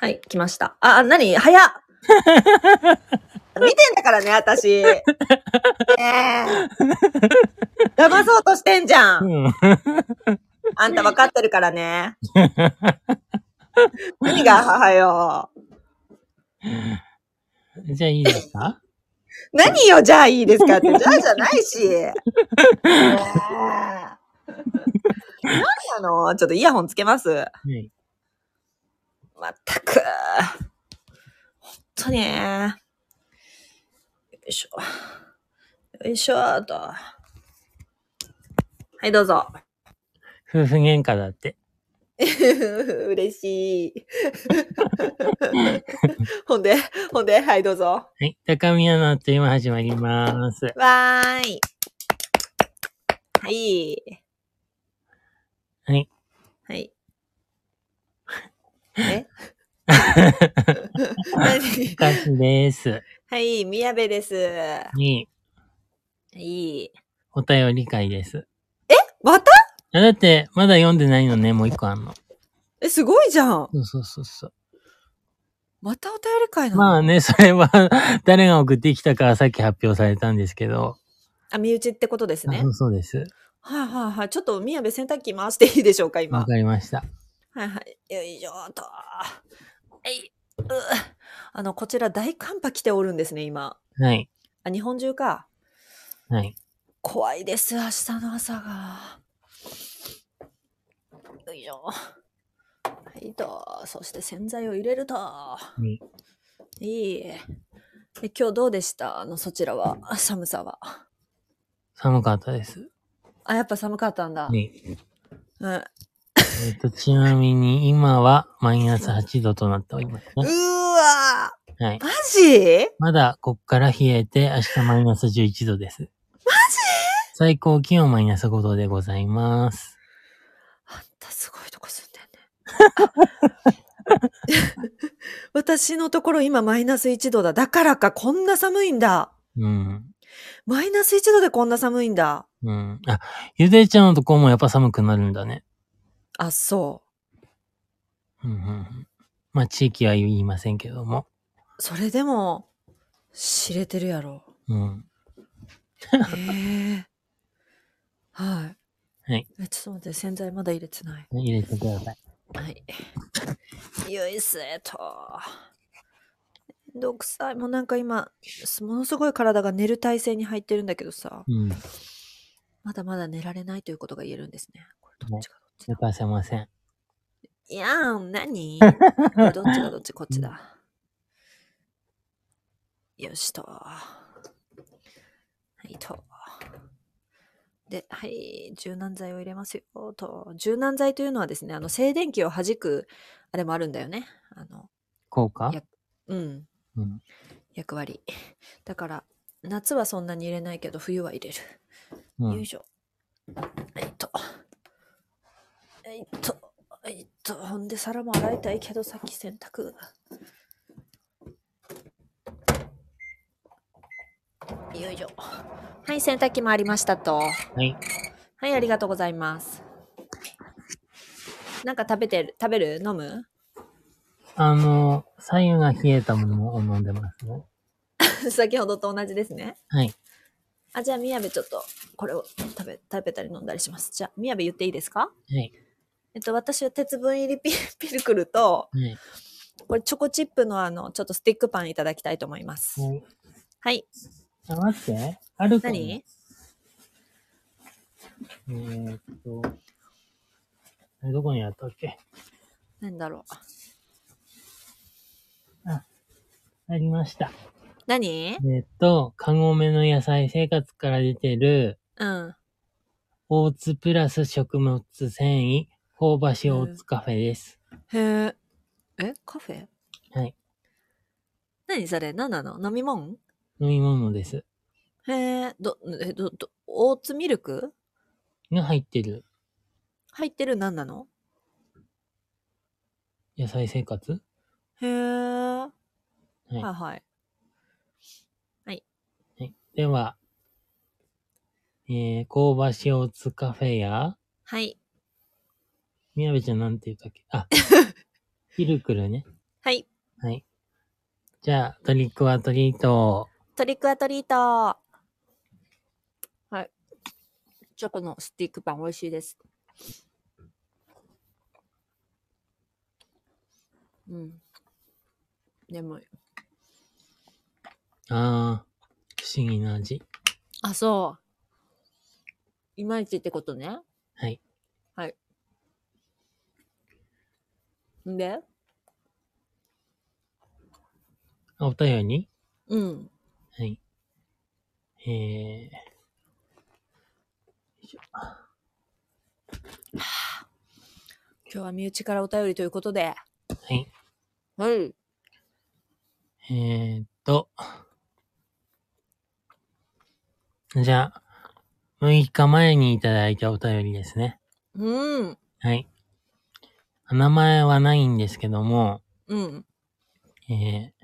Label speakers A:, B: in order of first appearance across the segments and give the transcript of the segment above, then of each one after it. A: はい、来ました。あ、なに早っ見てんだからね、私。ねえ。騙そうとしてんじゃん。
B: うん。
A: あんた分かってるからね。何が母よ。
B: じゃあいいですか
A: 何よ、じゃあいいですかって。じゃあじゃないし。ねえ何なのちょっとイヤホンつけます。
B: はい。
A: まったく。ほんとに。よいしょ。よいしょーと。はい、どうぞ。
B: 夫婦喧嘩だって。
A: 嬉しい。 ほんで、ほんで、はい、どうぞ。
B: はい。高宮のあっという間始まります。
A: わーい。はい。
B: はい。
A: はい。え何
B: かしです。
A: はい、宮部です。は
B: に、
A: い。
B: お便り会です。
A: また
B: あだって、まだ読んでないのね、もう一個あんの。
A: え、すごいじゃん。
B: そうそうそうそう。
A: またお便り会なの、
B: まあね、 それは、誰が送ってきたかはさっき発表されたんですけど。
A: あ、身内ってことです
B: あ
A: ね
B: そ。うそうです。
A: はいはいはい。ちょっと宮部洗濯機回していいでしょうか、今。
B: わ
A: は
B: かりました。
A: いはい。よいしょーと。えいううあの、こちら大寒波来ておるんですね、今。
B: はい。
A: あ、日本中か。
B: はい。
A: 怖いです、明日の朝が。よいしょ。はいと、そして洗剤を入れると。
B: うん
A: いい。え今日どうでしたあの、そちらは、寒さは。
B: 寒かったです。
A: あ、やっぱ寒かったんだ。
B: に、
A: うん、う
B: えっと、ちなみに今はマイナス8度となっております
A: ー
B: ね。
A: わ
B: はい
A: ー。マジ
B: まだこっから冷えて明日マイナス11度です。マジ最高気温マイナス5度でございます。
A: あんたすごいとこ住んでんね。あ私のところ今マイナス1度だ。だからか、こんな寒いんだ。
B: うん。
A: マイナス1度でこんな寒いんだ。
B: うん。あ、ゆでちゃんのとこもやっぱ寒くなるんだね。
A: あ、そう。
B: うんうんうん。まあ、地域は言いませんけども。
A: それでも知れてるやろ。
B: うん。
A: へえ。はい。
B: はい
A: え。ちょっと待って、洗剤まだ入れてない。
B: 入れてください。
A: はい。よいせと。めんどくさい。もうなんか今、すものすごい体が寝る体勢に入ってるんだけどさ、
B: うん。
A: まだまだ寝られないということが言えるんですね。これどっちかどっちだ
B: 抜。かせません。
A: いやーん、何これどっちがどっちこっちだ。よしと。はいと。で、はい、柔軟剤を入れますよと。柔軟剤というのはですね、あの静電気を弾く、あれもあるんだよね。あの、
B: 効果
A: いやうん、
B: うん。
A: 役割。 だから、夏はそんなに入れないけど、冬は入れる。
B: う
A: よ
B: ん
A: い。しょ。えっと。えっと。えっと。ほんで、皿も洗いたいけど、さっき洗濯。よいしょ。はい、洗濯機もありましたと。
B: はい。
A: はい、ありがとうございます。なんか食べてる、食べる飲む
B: あの、左右が冷えたものを飲んでますね。
A: 先ほどと同じですね。
B: はい。
A: あ、じゃあ、みやべちょっと、これを食べ、食べたり飲んだりします。じゃあ、みやべ言っていいですか
B: はい。
A: えっと、私は鉄分入りピピルク ルと、
B: はい。
A: これチョコチップのあの、ちょっとスティックパンいただきたいと思います。
B: はい。
A: はい。
B: あ、待って。あるかな
A: 何
B: えーっと、あれどこにあったっけ
A: 何だろう。
B: ありました。
A: 何
B: えーっと、カゴメの野菜生活から出てる、
A: うん。
B: オーツプラス食物繊維、香ばしオーツカフェです。
A: へえ。えカフェ
B: はい。
A: 何それ何なの飲み物
B: 飲み物です。
A: へえ。ど、え、ど、ど、オーツミルク
B: が入ってる
A: 入ってる何なの
B: 野菜生活
A: へえ。はいいはい。
B: はい。では、えー、香ばしオーツカフェや、
A: はい。
B: みやべちゃんなんて言ったっけあ、ピルクルね。
A: はい。
B: はい。じゃあ、トリックはトリート。
A: トリックアトリート。はい。チョコのスティックパン美味しいです。うん。でも、
B: あー、不思議な味。
A: あ、そう。いまいちってことね。
B: はい。
A: んで
B: お便り
A: うん。
B: はい。えー。よいしょ
A: 今日は身内からお便りということで。
B: はい。
A: はい。
B: えーっと。じゃあ、6日前にいただいたお便りですね。
A: うん。
B: はい。名前はないんですけども、
A: うん。
B: えー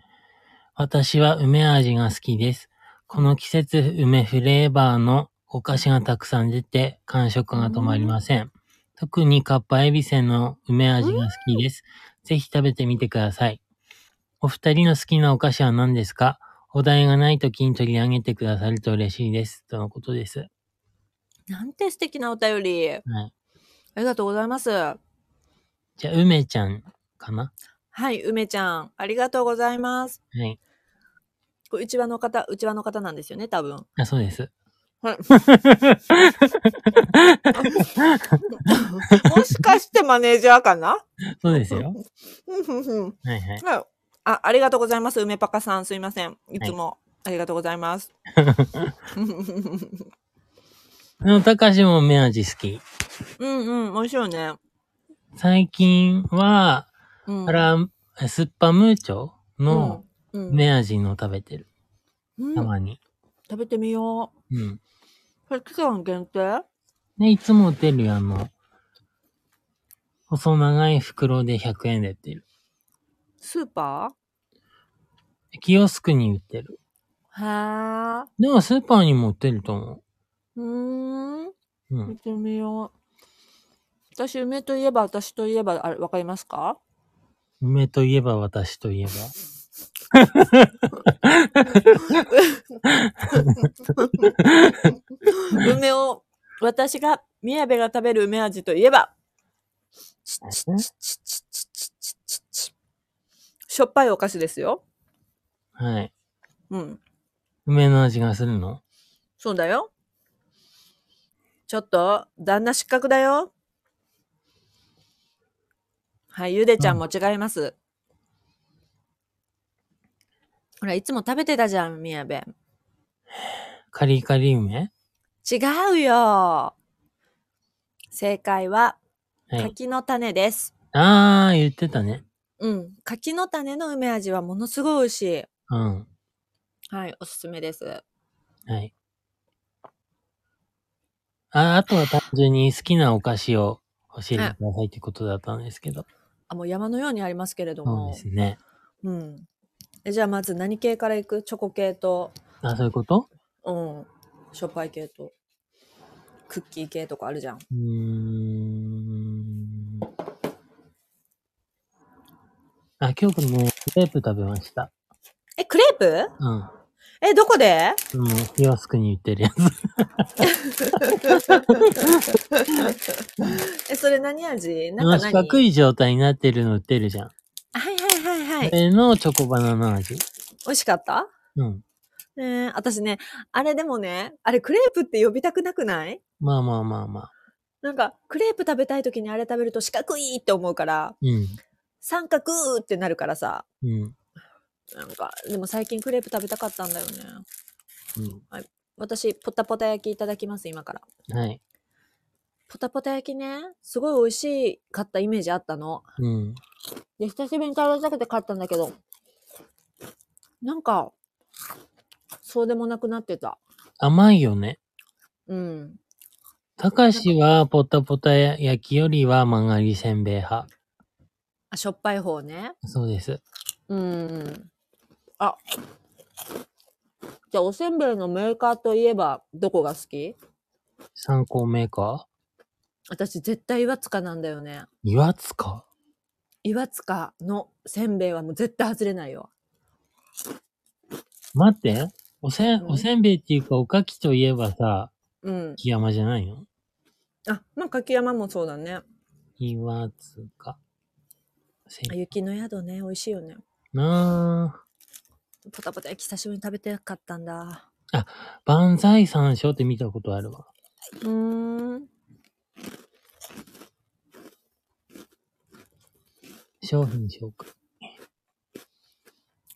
B: 私は梅味が好きです。この季節梅フレーバーのお菓子がたくさん出て感触が止まりません。特にカッパエビセンの梅味が好きです。ぜひ食べてみてください。お二人の好きなお菓子は何ですかお題がない時に取り上げてくださると嬉しいです。とのことです。
A: なんて素敵なお便り。あ
B: はい。
A: りがとうございます。
B: じゃあ、梅ちゃんかな
A: はい、梅ちゃん。ありがとうございます。
B: はい。
A: これ、内輪の方、内輪の方なんですよね、多分。
B: あ、そうです。
A: もしかしてマネージャーかな
B: そうですよ。
A: うんうんうん
B: はいはい。
A: はいあ、ありがとうございます。梅パカさん、すいません。いつも、ありがとうござい ます。
B: あの、たかしも梅味好き。
A: うんうん、美味しいよね。
B: 最近は、
A: うん、
B: あら、スッパムーチョの
A: うん、うん
B: 梅味の食べてる。
A: うん
B: たまに。
A: 食べてみよう。
B: うん。
A: これ期間限定
B: ね、いつも売ってるよ、あの、細長い袋で100円で売ってる。
A: スーパ
B: キオスクに売ってる。
A: ーは
B: でもスーパーにも売ってると思
A: ー。うーん。
B: う。う
A: 見
B: ん。
A: てみよう。私、梅といえば、私といえば、あれ、わかりますか
B: 梅といえば私といえば。
A: 梅を、私が、宮部が食べる梅味といえば、ちちちちちちちちちちしょっぱいお菓子ですよ。
B: はい。
A: うん。
B: 梅の味がするの
A: そうだよ。ちょっと、旦那失格だよ。はい、ゆでちゃんも違います。ほら、いつも食べてたじゃん、宮部。
B: カリカリ梅
A: 違うよ。正解は、
B: はい。
A: 柿の種です。
B: あー、言ってたね。
A: うん。柿の種の梅味はものすごい美味しい。
B: うん。
A: はい、おすすめです。
B: はい。あ、あとは単純に好きなお菓子を教えてくださいってことだったんですけど。
A: あ、もう山のようにありますけれど
B: そう
A: も。
B: ですね。
A: うん。えじゃあまず何系からいくチョコ系と、
B: あ、そういうこと
A: うん。しょっぱい系と、クッキー系とかあるじゃん。
B: うーん。あ、今日これね、クレープ食べました。
A: え、クレープ
B: うん。
A: え、どこで
B: もう、気安くに言ってるやつ。
A: え、それ何味
B: あの
A: なんか
B: 四
A: 何
B: 角い状態になってるの売ってるじゃん。
A: はいはいはいは
B: こ
A: い。
B: れのチョコバナナ味。
A: 美味しかった
B: うん。
A: ねえ、私ね、あれでもね、あれクレープって呼びたくなくない
B: まあまあまあまあ。
A: なんか、クレープ食べたい時にあれ食べると四角いって思うから、
B: うん。
A: 三角ってなるからさ、
B: うん。
A: なんか、でも最近クレープ食べたかったんだよね。
B: うん
A: 私、ポタポタ焼きいただきます、今から。
B: はい。
A: ポタポタ焼きね、すごい美味しかったイメージあったの。
B: うん。
A: で、久しぶりに食べたくて買ったんだけど、なんか、そうでもなくなってた。
B: 甘いよね。
A: うん。
B: たかしは、ポタポタ焼きよりは、曲がりせんべい派。
A: あ、しょっぱい方ね。
B: そうです。
A: うん。あ。じゃあ、おせんべいのメーカーといえば、どこが好き
B: 参考メーカー
A: 私、絶対岩塚なんだよね。
B: 岩塚
A: 岩塚のせんべいはもう絶対外れないよ。
B: 待って、おせん、
A: うん
B: おせんべいっていうか、おかきといえばさ、
A: うん。
B: 木山じゃないの
A: あ、まあ、柿山もそうだね。
B: 岩塚。せん
A: 雪の宿ね、美味しいよね。
B: な
A: ポタポタ焼き久しぶりに食べてなかったんだ。
B: あ、万歳三章って見たことあるわ。
A: うーん。
B: 商品紹介。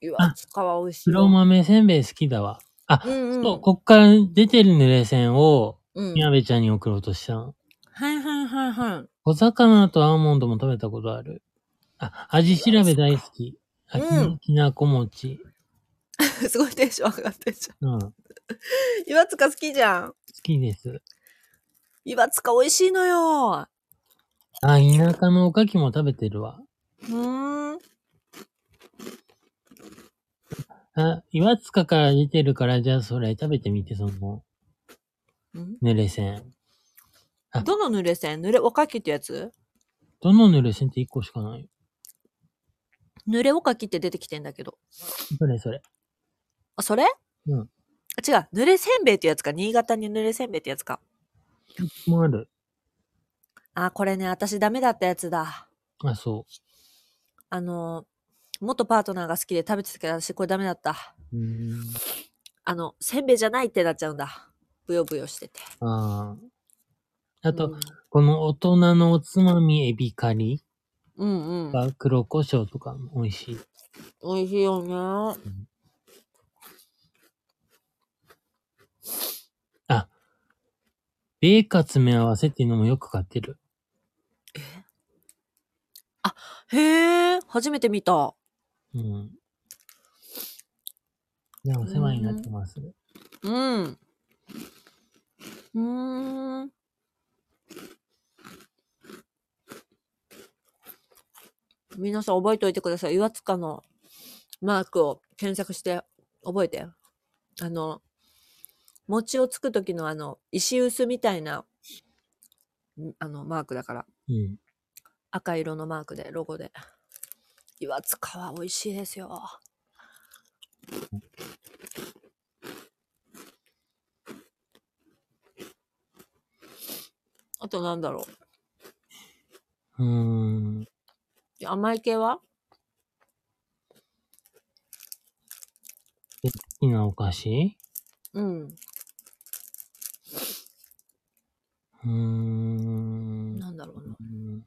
A: 岩塚は美味しいよ。
B: 黒豆せんべい好きだわ。
A: うんうん。
B: そう、こっから出てるぬれ線を、
A: うん。
B: みやべちゃんに送ろうとしたの。
A: はいはいはいはい。
B: 小魚とアーモンドも食べたことある。あ、味調べ大好き。あ
A: うん
B: きなこ餅。
A: すごいテンション上がってるじゃん。
B: うん。好
A: 岩塚好きじゃん。
B: きです。
A: 岩塚美味しいのよ。
B: あ、田舎のおかきも食べてるわ。
A: うーん。
B: あ、岩塚から出てるから、じゃあそれ食べてみて、その、
A: ん
B: ぬれ線。
A: どの濡れ線濡れおかきってやつ
B: どのぬれ線って1個しかない。
A: 濡れおかきって出てきてんだけど。
B: それそれ。
A: あ、それ
B: うん
A: あ違う。濡れせんべいってやつか。新潟に濡れせんべいってやつか。
B: もうある。
A: あ、これね、私ダメだったやつだ。
B: あ、そ
A: あの、元パートナーが好きで食べてたけど、私これダメだった。
B: う。うーん。
A: あの、せんべいじゃないってなっちゃうんだ。ぶよぶよしてて。
B: ああ。あと、
A: うん、
B: この大人のおつまみエビカリ
A: うんうん。
B: が黒胡椒とかも美味しい。
A: 美味しいよね。
B: 米カ詰め合わせっていうのもよく買ってる。
A: へえ、初めて見た。
B: うん。でも世話になってます。
A: うん。うーん。皆さん覚えておいてください。岩塚のマークを検索して覚えて。あの、餅をつく時のあの、石臼みたいな、んあの、マークだから。
B: うん。
A: 赤色のマークで、ロゴで。岩塚は美味しいですよ。あとなんだろ
B: うーん。
A: う。甘い系は
B: 好きなお菓子
A: うん。
B: うーん。
A: なんだろうな。
B: うん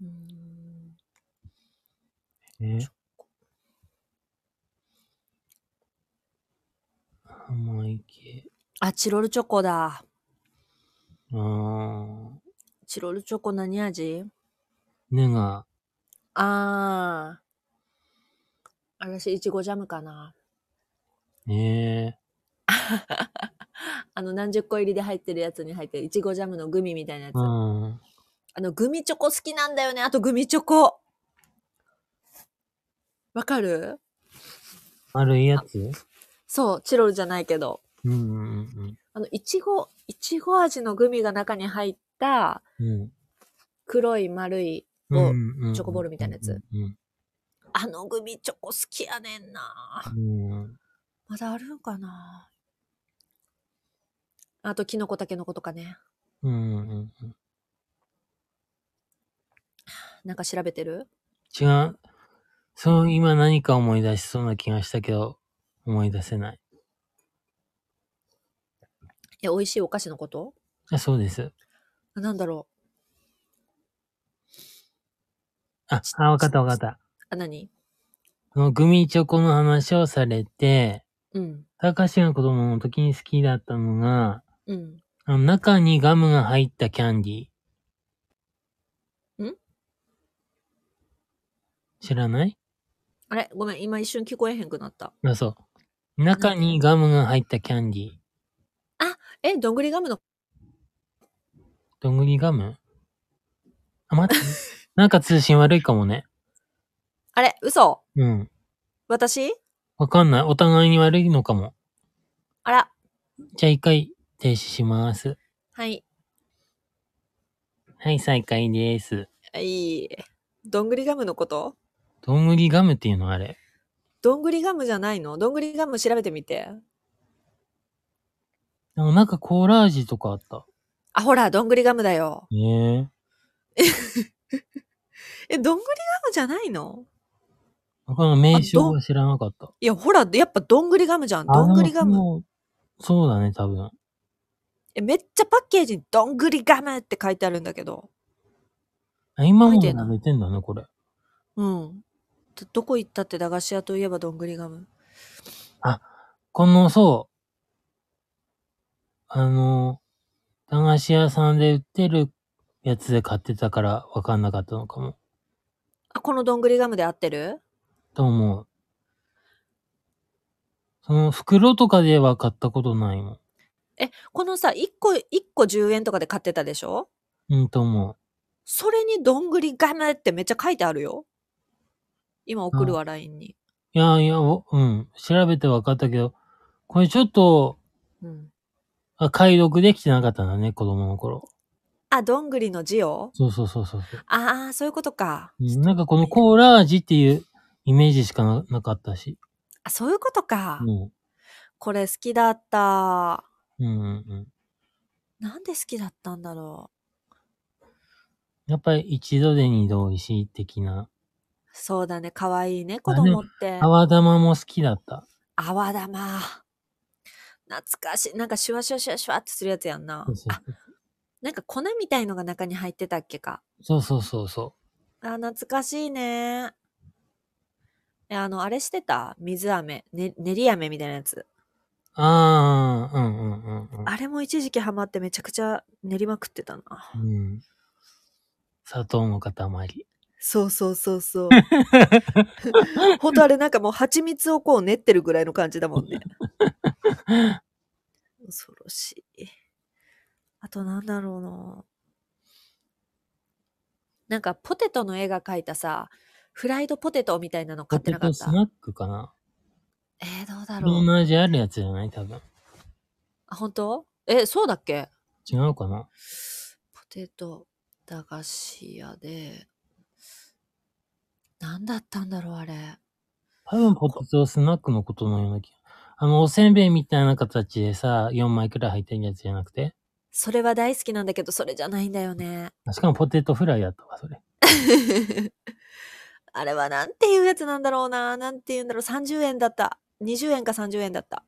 A: うーん
B: え甘い系。
A: あ、チロルチョコだ。
B: あー。
A: チロルチョコ何味
B: ねが、
A: あー。私、いちごジャムかな。
B: ね
A: あの、何十個入りで入ってるやつに入ってる、いちごジャムのグミみたいなやつ。
B: え。うん。
A: あの、グミチョコ好きなんだよね。あと、グミチョコ。わかる
B: 丸いやつ
A: そう、チロルじゃないけど。
B: うんうん
A: あの、いちご、いちご味のグミが中に入った、
B: うん。うん。
A: 黒い丸い、
B: うん
A: を
B: うんうん
A: チョコボールみたいなやつ。
B: うん
A: あのグミチョコ好きやねんな。
B: うん。うん
A: まだあるんかなあと、キノコタケノコとかね。
B: うんうんうん。
A: なんか調べてる
B: 違う。そう、今何か思い出しそうな気がしたけど、思い出せない。
A: いや、美味しいお菓子のこと
B: あそうです。
A: あなんだろう
B: あ、あ、わかったわかった。。
A: あ、何
B: そのグミチョコの話をされて、
A: うん。
B: たかしが子供の時に好きだったのが、
A: うん。
B: あの中にガムが入ったキャンディー。
A: ん
B: 知らない
A: あれごめん、今一瞬聞こえへんくなった。
B: あ、そう。中にガムが入ったキャンディー。
A: え、どんぐりガムの
B: どんぐりガムあ、待って。なんか通信悪いかもね。
A: あれ嘘
B: うん。
A: 私
B: わかんない。お互いに悪いのかも。
A: あら。
B: じゃあ一回停止します。
A: はい。
B: はい、再開です。
A: いい。どんぐりガムのこと
B: どんぐりガムっていうのあれ。
A: どんぐりガムじゃないのどんぐりガム調べてみて。
B: でもなんかコーラ味とかあった。
A: あ、ほら、どんぐりガムだよ。
B: ねえ。
A: え、どんぐりガムじゃないの
B: 僕の名称は知らなかった。
A: いや、ほら、やっぱどんぐりガムじゃん。どんぐりガ
B: あ
A: ム。
B: のそうだね、多分。
A: え、めっちゃパッケージにどんぐりガムって書いてあるんだけど。
B: あ今も
A: 書いてない
B: 食べてんだね、これ。
A: うん。どどこ行ったって駄菓子屋といえばどんぐりガム。
B: この、そう。あの、駄菓子屋さんで売ってるやつで買ってたから分かんなかったのかも。
A: あ、このどんぐりガムで合ってる
B: と思う。その袋とかでは買ったことないも
A: え、このさ、1個、1個10円とかで買ってたでしょ
B: ん。うん、と思う。
A: それにどんぐりガムってめっちゃ書いてあるよ。今送るわ、LINE に。
B: いやいや、おうん。調べて分かったけど、これちょっと、
A: うん。
B: あ解読できてなかったんだね、子供の頃。
A: あ、どんぐりの字を
B: そうそうそうそうそう。
A: ああ、そういうことか。
B: うんなんかこのコーラ味っていうイメージしかななかったし。
A: あ、そういうことか。
B: うん。
A: これ好きだった。
B: うんうんうん。
A: なんで好きだったんだろ
B: やっぱり一度で二度美味しい的な。
A: う。そうだね、可愛いね、
B: ま
A: 子
B: あね
A: 供って。
B: 泡玉も好きだった。
A: 泡玉。懐かしい。なんかシュワシュワシュワシュワってするやつやんな
B: そう。そう
A: あ、なんか粉みたいのが中に入ってたっけか。
B: そうそうそうそ
A: あ、懐かしいね。え、あの、あれしてた水飴、ね。練り飴みたいなやつ。
B: う。ああ、うんうんうんうん。
A: あれも一時期ハマってめちゃくちゃ練りまくってたな。
B: うん。砂糖の塊。
A: そうそうそう そう。ほんとあれなんかもう蜂蜜をこう練ってるぐらいの感じだもんね。 恐ろしい。あとなんだろうな。なんかポテトの絵が描いたさ、フライドポテトみたいなの買っ
B: ポ
A: て
B: テ
A: なか
B: ト
A: っ
B: ス
A: た。
B: ナックかな。
A: えー、どうだ
B: い
A: ろ
B: ろん
A: う。
B: な味あるやつじゃない多分。
A: あ、本当？え、そうだっけ
B: 違うかな
A: ポテト駄菓子屋で、なんだったんだろう、あれ。
B: 多分ポテトスナックのことのような気が。あの、おせんべいみたいな形でさ、4枚くらい入ってるやつじゃなくて。
A: それは大好きなんだけど、それじゃないんだよね。
B: あしかもポテトフライだったわ、それ。
A: あれはなんていうやつなんだろうな。なんていうんだろう。30円だった。20円か30円だった。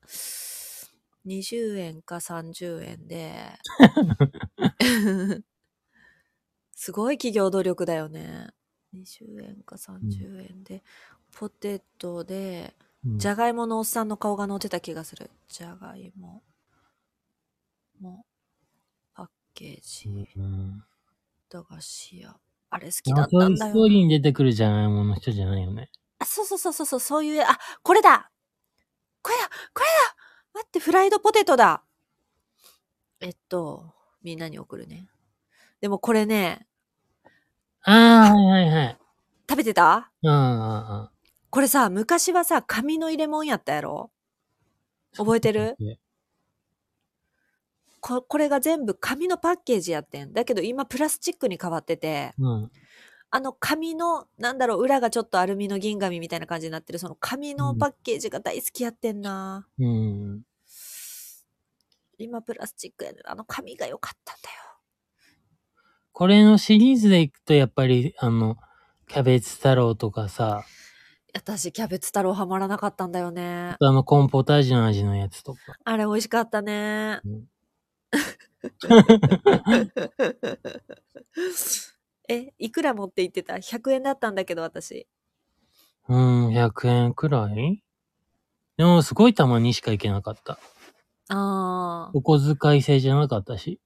A: 20円か30円で。すごい企業努力だよね。20円か30円で、ポテトで、
B: うん
A: じゃがいものおっさんの顔が乗ってた気がする。じゃがいも。も。パッケージ。
B: うん
A: 駄菓子屋。あれ好きだ
B: あ
A: っ
B: そう
A: た
B: い
A: ん
B: う
A: だ
B: ストーリー
A: よ。
B: に出てくるじゃがいもの人じゃないよね。
A: あ、そうそうそうそうそう、そういう、あ、これだこれだこれだ待って、フライドポテトだえっと、みんなに送るね。でもこれね、
B: ああ、はいはいはい。
A: 食べてた
B: うんうんうん。
A: これさ、昔はさ、紙の入れ物やったやろ覚えてるここれが全部紙のパッケージやってん。だけど今プラスチックに変わってて、
B: うん。
A: あの紙の、なんだろう、裏がちょっとアルミの銀紙みたいな感じになってる、その紙のパッケージが大好きやってんな。
B: うん。
A: 今プラスチックやねあの紙が良かったんだよ。
B: これのシリーズでいくと、やっぱり、あの、キャベツ太郎とかさ、
A: 私、キャベツ太郎ハマらなかったんだよね。
B: あの、コーンポタージュの味のやつとか。
A: あれ美味しかったね。
B: うん
A: え、いくら持って行ってた ?100 円だったんだけど、私。
B: うん、100円くらいでも、すごいたまにしか行けなかった。
A: あ
B: お小遣い制じゃなかったし、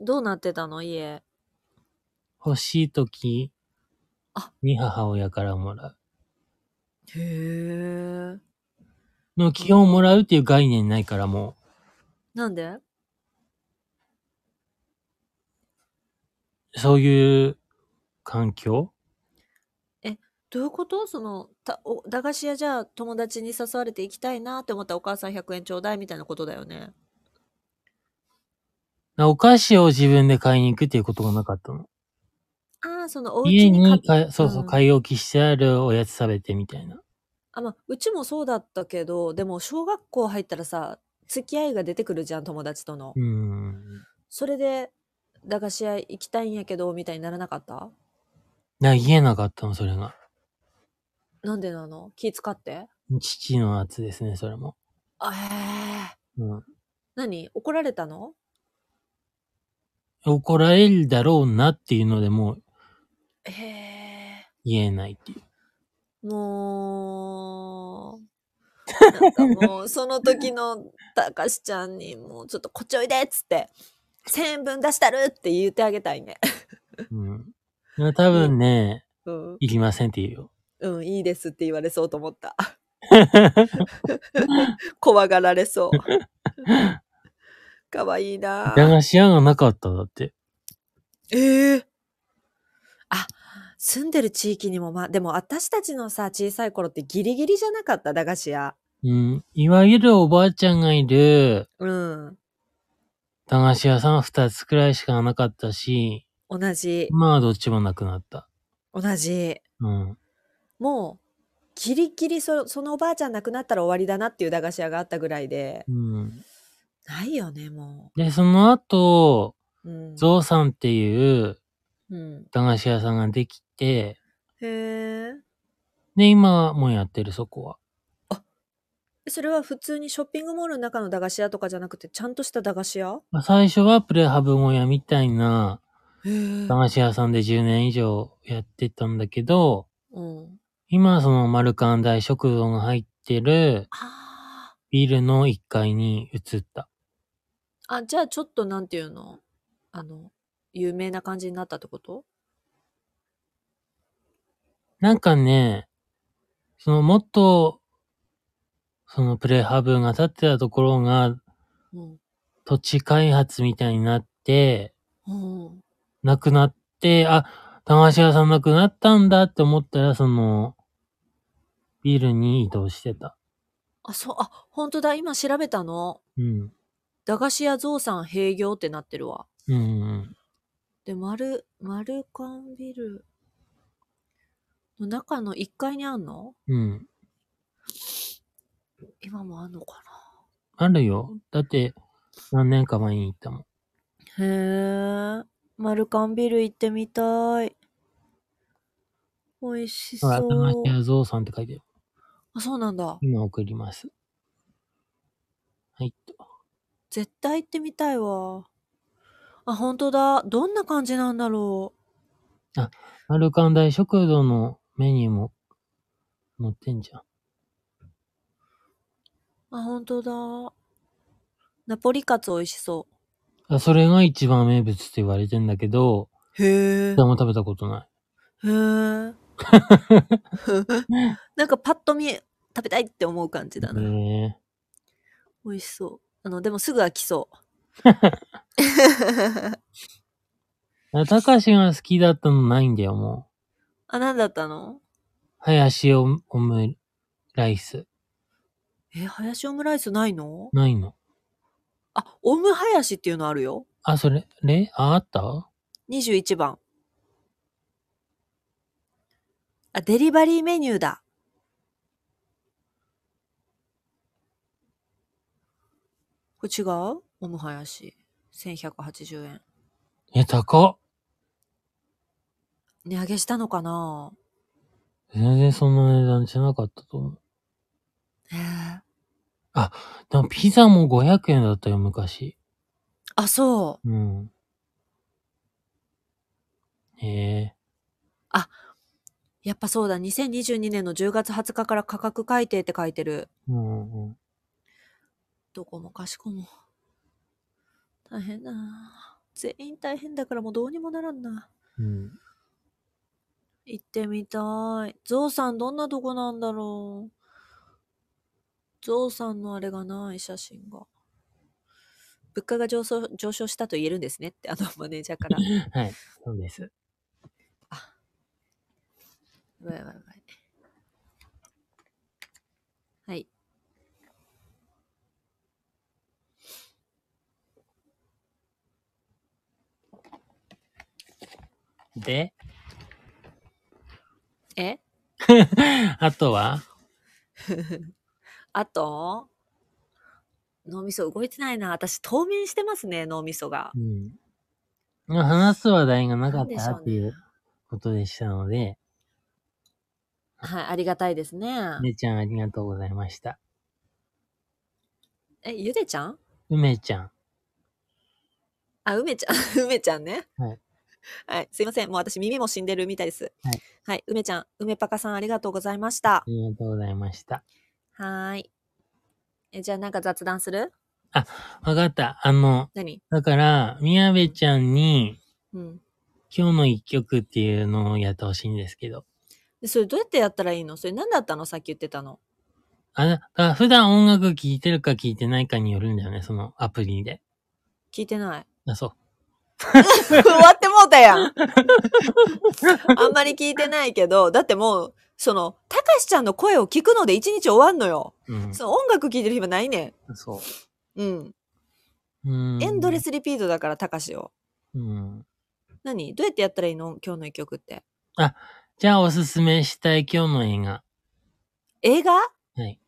A: ー。どうなってたの家。
B: 欲しい時
A: あ
B: に母親からもらう。
A: へえ。
B: の、基本もらうっていう概念ないからも
A: なんで
B: う、そういう環境
A: どういうことその、たお駄菓子屋じゃあ友達に誘われて行きたいなって思ったらお母さん100円ちょうだいみたいなことだよね。
B: お菓子を自分で買いに行くっていうことがなかったの。
A: あああ、そのお家
B: 家
A: に買っ
B: にか、そうそう、
A: ん
B: 買い置きしてあるおやつ食べてみたいな。
A: あ、まあ、うちもそうだったけど、でも小学校入ったらさ、付き合いが出てくるじゃん、友達との
B: う。ん。
A: それで、駄菓子屋行きたいんやけど、みたいにならなかった
B: な、言えなかったの、それが。
A: なんでなの気使って
B: 父のやつですね、それも。
A: あへえ。
B: うん。
A: 何怒られたの
B: 怒られるだろうなっていうのでもう
A: へえ。
B: 言えないっていう。
A: も う、なんかもう、その時のたかしちゃんに、もうちょっとこっちおいでっつって、1000円分出したるって言ってあげたいね。
B: うん。でも多分ね、
A: うん。
B: いりませんって言うよ。
A: うん、いいですって言われそうと思った。 怖がられそう。かわいいなぁ。
B: 駄菓子屋がなかっただって。
A: ええあ、住んでる地域にもまあ、でも私たちのさ、小さい頃ってギリギリじゃなかった、駄菓子屋。
B: うん。いわゆるおばあちゃんがいる
A: うん。
B: 駄菓子屋さんは2つくらいしかなかったし、
A: 同じ、
B: まあどっちもなくなった。
A: 同じ。
B: うん。
A: もう、ギリギリそそのおばあちゃん亡くなったら終わりだなっていう駄菓子屋があったぐらいで、
B: うん。
A: ないよね、も
B: で、その後、
A: う。うん。
B: ゾウさんっていう
A: うん。
B: 駄菓子屋さんができて、
A: へえ。
B: で、今もやってるそこは。
A: それは普通にショッピングモールの中の駄菓子屋とかじゃなくて、ちゃんとした駄菓子屋
B: まあ最初はプレハブ小屋みたいな
A: へえ
B: 駄菓子屋さんで10年以上やってたんだけど、
A: うん。
B: 今はそのマルカン大食堂が入ってる
A: あ
B: ビルの1階に移った。
A: あ。あ、じゃあちょっとなんていうのあの、有名な感じになったってこと
B: なんかね、そのもっと、そのプレハブが建ってたところが
A: うん。
B: 土地開発みたいになって、
A: うん。
B: なくなって、あ、駄菓子屋さんなくなったんだって思ったら、その、ビルに移動してた。
A: あ、そう、あ、本当だ。今調べたの。
B: うん。
A: 駄菓子屋ゾウさん閉業ってなってるわ。
B: うんうん。
A: で、丸、丸カンビルの中の1階にあんの
B: うん。
A: 今もあんのか
B: あるよ。だって、何年か前に行ったもん。
A: なへえ。丸カンビル行ってみたい。美味しそ
B: ほら、駄菓子
A: う。
B: 屋ゾウさんって書いてある。
A: あ、そうなんだ。
B: 今送ります。はい。と
A: 絶対行ってみたいわ。あ、本当だ。どんな感じなんだろ
B: アルカン大食堂のメニューも載ってんじゃん。
A: う。あ、本当だ。ナポリカツ美味しそ
B: あそれが一番名物って言われてんだけど、
A: う。へえ
B: 一。回も食べたことない。
A: へ え。なんかパッと見食べたいって思う感じだな。
B: ね
A: 美味しそう。あの、でもすぐ飽きそう。
B: え。たかしが好きだったのないんだよ、もう。
A: あ、なんだったの
B: 林オムオムライス。
A: え、ハヤシオムライスないの
B: ないの。
A: あ、オムハヤシっていうのあるよ。
B: あ、それ、れあ、あった
A: 21番。あ、デリバリーメニューだ。これ違うオムハヤシ。1180円。
B: え、高っ。
A: 値上げしたのかな
B: 全然そんな値段じゃなかったと思う。
A: へえ。
B: でもピザも500円だったよ、昔。
A: あ、そう。
B: うん。ええ
A: やっぱそうだ、2022年の10月20日から価格改定って書いてる。
B: うんうん。
A: どこもかしこも。大変だな。全員大変だからもうどうにもならんな。
B: うん。
A: 行ってみたい。ゾウさんどんなとこなんだろう。ゾウさんのあれがない写真が。物価が上昇上昇したと言えるんですねって、あのマネージャーから。や
B: はい、そうです。
A: ばいやばいやばい。はい。
B: で、 あとは
A: あと、脳みそ動いてないな。私、冬眠してますね、脳みそが
B: う。ん。まあ話す話題がなか
A: な
B: った
A: んでしょうね
B: っていうことでしたので、
A: はい、ありがたいですね。
B: 梅ちゃんありがとうございました。
A: え、ゆでちゃん
B: 梅ちゃん。
A: あ、梅ちゃん、 梅ちゃんね。
B: はい。
A: はい、すいません。もう私、耳も死んでるみたいです。
B: はい。
A: はい、梅ちゃん、梅パカさん、ありがとうございました
B: あ。りがとうございました。
A: はーい。え、じゃあなんか雑談する
B: わかった。あの、
A: 何
B: だから、宮部ちゃんに、
A: うん。
B: 今日の一曲っていうのをやってほしいんですけど。
A: でそれどうやってやったらいいのそれ何だったのさっき言ってたの。
B: あ、だから普段音楽聴いてるか聴いてないかによるんだよね、そのアプリで。
A: 聞いて ない。
B: あ、そう。
A: 終わってもうたやん。あんまり聞いてないけど、だってもう、その、たかしちゃんの声を聞くので一日終わんのよ。
B: うん。
A: その音楽聞いてる暇ないね
B: そ
A: ん。うん。
B: う。うん。
A: エンドレ。スリピートだから、たかしを。
B: うん。
A: 何どうやってやったらいいの今日の一曲って。
B: じゃあ、おすすめしたい今日の映画。
A: 映画
B: はい。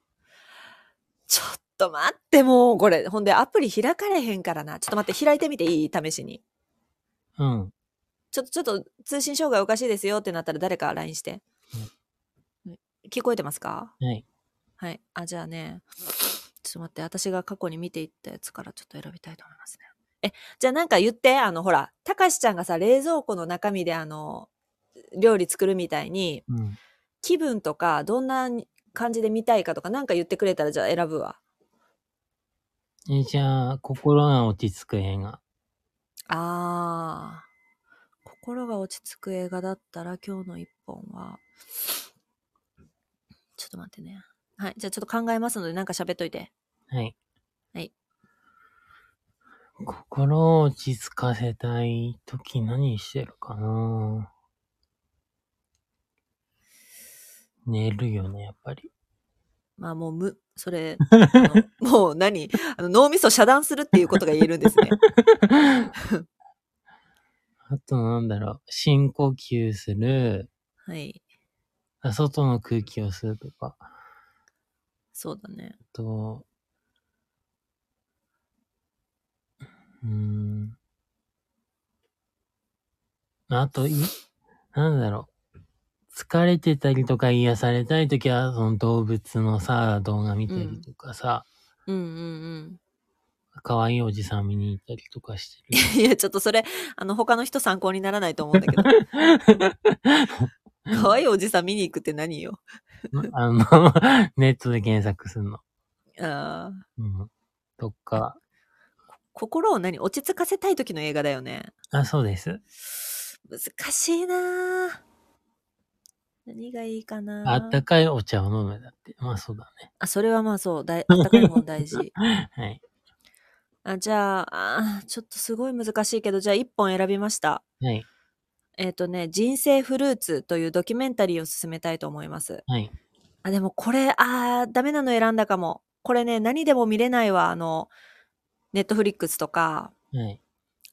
A: ちょっと待って、もう、これ。ほんで、アプリ開かれへんからな。ちょっと待って、開いてみていい試しに。
B: うん。
A: ちょっと、ちょっと、通信障害おかしいですよってなったら誰か LINE して。聞こえてますか
B: はい。
A: はい。あ、じゃあね、ちょっと待って、私が過去に見ていったやつからちょっと選びたいと思いますね。え、じゃあなんか言って、あの、ほら、たかしちゃんがさ、冷蔵庫の中身であの、料理作るみたいに、
B: うん。
A: 気分とか、どんな感じで見たいかとか、なんか言ってくれたら、じゃあ選ぶわ。
B: えじゃあ、心が落ち着く映画。
A: あー。心が落ち着く映画だったら、今日の一本は、ちょっと待ってね。はい。じゃあちょっと考えますので、なんか喋っといて。
B: はい。
A: はい。
B: 心を落ち着かせたい時何してるかな寝るよね、やっぱり。
A: まあもう無、それ、あ のもう何あの脳みそ遮断するっていうことが言えるんです ね。
B: あとなんだろう、深呼吸する、
A: はい。
B: あ外の空気を吸うとか、あ
A: そうだね。
B: と、うーん。あと、い、なんだろう。疲れてたりとか癒されたいときは、その動物のさ、動画見たりとかさ、
A: うんうん
B: 可愛いおじさん見に行ったりとかして
A: う
B: る。
A: ん。いや、ちょっとそれ、あの、他の人参考にならないと思うんだ けど。可愛いおじさん見に行くって何よ。
B: あの、ネットで検索するの。
A: あー
B: うん。とか、
A: 心を何落ち着かせたい時の映画だよね。
B: あ、そうです。
A: 難しいなぁ何がいいかなぁ
B: あったかいお茶を飲むだって。まあそうだね。
A: あ、それはまあそう。 だいあったかいもん大事。
B: はい。
A: あ、じゃあ、あーちょっとすごい難しいけど、じゃあ一本選びました。
B: はい。
A: えっ、とね、人生フルーツというドキュメンタリーを進めたいと思います。
B: はい。
A: あ、でもこれ、あー、ダメなの選んだかも。これね、何でも見れないわ。あの、ネットフリックスとか、
B: はい。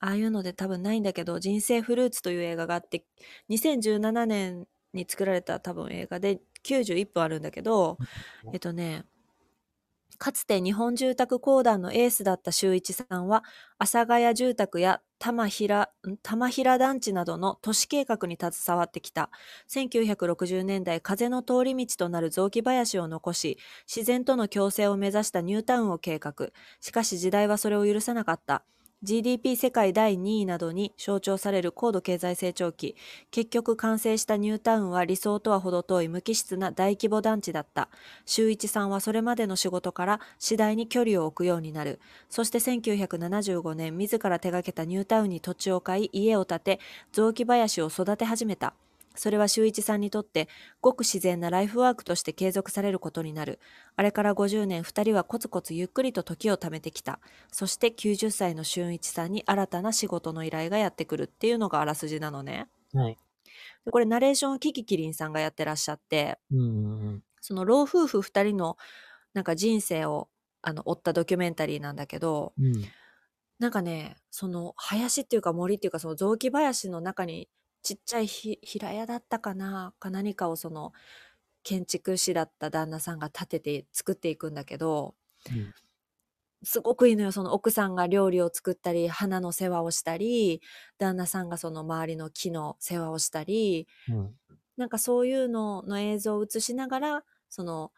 A: ああいうので多分ないんだけど、人生フルーツという映画があって、2017年に作られた多分映画で91分あるんだけど、えっとね、かつて日本住宅公団のエースだった修一さんは、阿佐ヶ谷住宅や玉平、ん玉平団地などの都市計画に携わってきた。1960年代、風の通り道となる雑木林を残し、自然との共生を目指したニュータウンを計画。しかし時代はそれを許さなかった。GDP 世界第2位などに象徴される高度経済成長期。結局完成したニュータウンは理想とは程遠い無機質な大規模団地だった。修一さんはそれまでの仕事から次第に距離を置くようになる。そして1975年、自ら手掛けたニュータウンに土地を買い、家を建て、雑木林を育て始めた。それは修一さんにとって、ごく自然なライフワークとして継続されることになる。あれから50年、二人はコツコツゆっくりと時を貯めてきた。そして90歳の俊一さんに新たな仕事の依頼がやってくるっていうのがあらすじなのね。
B: はい。
A: でこれナレーションをキキキリンさんがやってらっしゃって、
B: うんうんうん。
A: その老夫婦2人のなんか人生をあの追ったドキュメンタリーなんだけど
B: うん。
A: なんかねその林っていうか森っていうかその雑木林の中にちっちゃいひ平屋だったかなか何かをその建築士だった旦那さんが建てて作っていくんだけど
B: うん
A: すごくいいのよその奥さんが料理を作ったり花の世話をしたり旦那さんがその周りの木の世話をしたり
B: うん
A: なんかそういうのの映像を映しながらその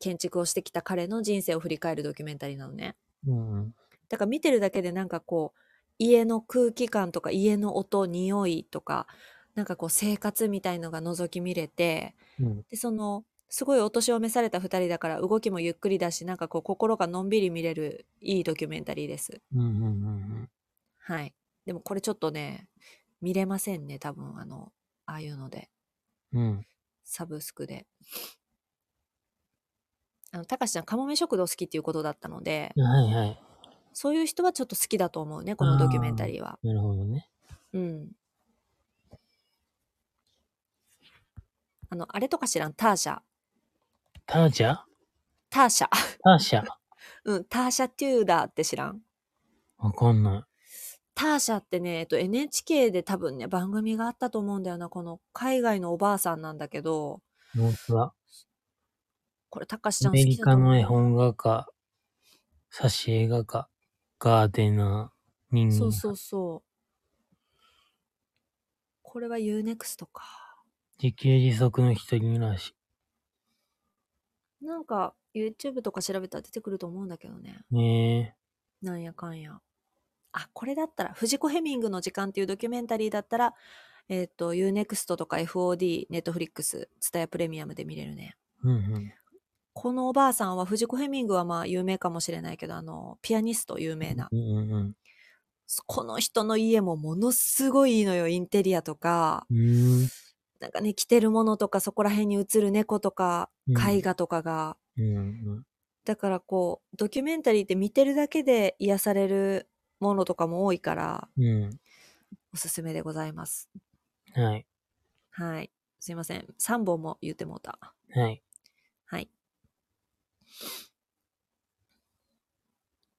A: 建築をしてきた彼の人生を振り返るドキュメンタリーなのね。
B: うん
A: だから見てるだけでなんかこう家の空気感とか家の音匂いとかなんかこう生活みたいのが覗き見れて
B: うん
A: でそのすごいお年を召された2人だから動きもゆっくりだしなんかこう心がのんびり見れるいいドキュメンタリーです。
B: うんうんうん
A: はい。でもこれちょっとね見れませんね多分あのああいうので
B: うんうん
A: サブスクで。あのたかしちゃんかもめ食堂好きっていうことだったので
B: はいはい。
A: そういう人はちょっと好きだと思うねこのドキュメンタリーは。
B: なるほどね。
A: うん。あの、あれとか知らん、ターシャ。
B: ターシャ
A: ターシャ。
B: ターシャ
A: うん、ターシャ・テューダーって知らん。
B: わかんな
A: ターシャってね、えっと、NHK で多分ね、番組があったと思うんだよな。この海外のおばあさんなんだけど、
B: い。本当だ。
A: これ、たかしち
B: ア
A: ゃん好
B: メ
A: き
B: リ
A: だと
B: カ
A: 思
B: の
A: う
B: 絵本画家、挿絵画家、ガーデナー、人間。
A: そうそうそう。これは UNEXT か。
B: 自給自足の一人暮らし。
A: なんか、YouTube とか調べたら出てくると思うんだけどね。
B: ね
A: なんやかんや。あ、これだったら、藤子ヘミングの時間っていうドキュメンタリーだったら、えっ、と、UNEXT とか FOD、Netflix、TSUTAYA プレミアムで見れるね。
B: え。うんうん。
A: このおばあさんは、藤子ヘミングはまあ有名かもしれないけど、あの、ピアニスト有名な。
B: うんうん
A: この人の家もものすごいいいのよ、インテリアとか。
B: うん。うーん。
A: なんかね、着てるものとか、そこら辺に映る猫とか、
B: うん
A: 絵画とかが。
B: うんうん。
A: だからこう、ドキュメンタリーって見てるだけで癒されるものとかも多いから、
B: う
A: おすすめでございます。
B: ん。はい。
A: はい。すいません。3本も言ってもうた。
B: はい。
A: はい。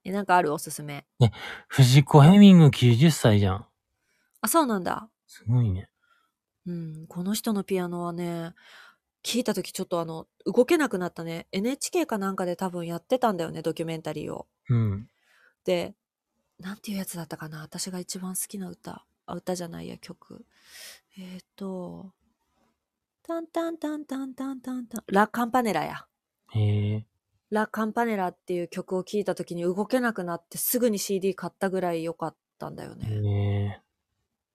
A: え、なんかあるおすすめ。
B: 藤子ヘミング90歳じゃん。
A: あ、そうなんだ。
B: すごいね。
A: うん。この人のピアノはね、聞いたときちょっとあの、動けなくなったね。NHK かなんかで多分やってたんだよね、ドキュメンタリーを。
B: うん。
A: で、なんていうやつだったかな私が一番好きな歌。あ、歌じゃないや、曲。えっ、ー、と、タンタンタンタンタンタンタン、ラ・カンパネラや。
B: へえ。
A: ラ・カンパネラっていう曲を聴いた時に動けなくなってすぐに CD 買ったぐらい良かったんだよね。
B: ね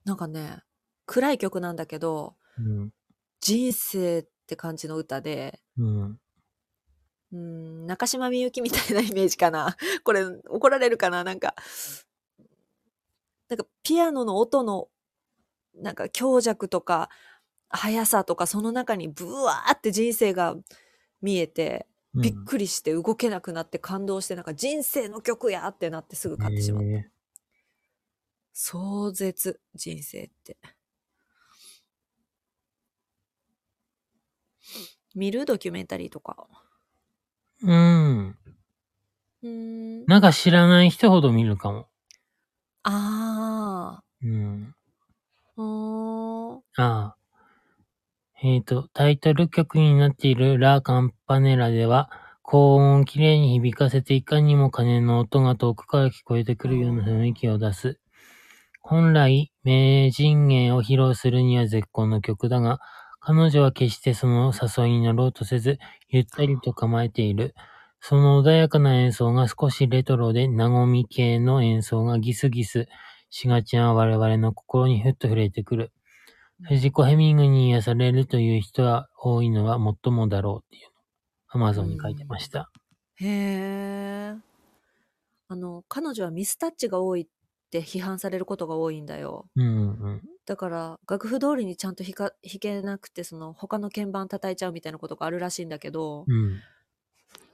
A: なんかね、暗い曲なんだけど、
B: え。うん。
A: 人生って感じの歌で、
B: うん。
A: うーん、中島みゆきみたいなイメージかな。 これ怒られるかななんか、なんかピアノの音の、なんか強弱とか、速さとか、その中にブワーって人生が見えて、
B: うん
A: びっくりして動けなくなって感動してなんか人生の曲やってなってすぐ買ってしまった、
B: へえ
A: 壮絶人生って見るドキュメンタリーとか
B: うん。
A: うーん
B: なんか知らない人ほど見るかも。
A: あ
B: うん。
A: ーうーん
B: ああ。えっ、と、タイトル曲になっているラ・カンパネラでは、高音をきれいに響かせていかにも鐘の音が遠くから聞こえてくるような雰囲気を出す。本来、名人芸を披露するには絶好の曲だが、彼女は決してその誘いに乗ろうとせず、ゆったりと構えている。その穏やかな演奏が少しレトロで和み系の演奏がギスギスしがちな我々の心にふっと触れてくる。藤子ヘミングに癒されるという人は多いのはもっともだろうっていうのを Amazon に書いてました。
A: へえあの彼女はミスタッチが多いって批判されることが多いんだよ
B: うんうん。
A: だから楽譜通りにちゃんと弾か弾けなくてその他の鍵盤叩いちゃうみたいなことがあるらしいんだけど、
B: うん。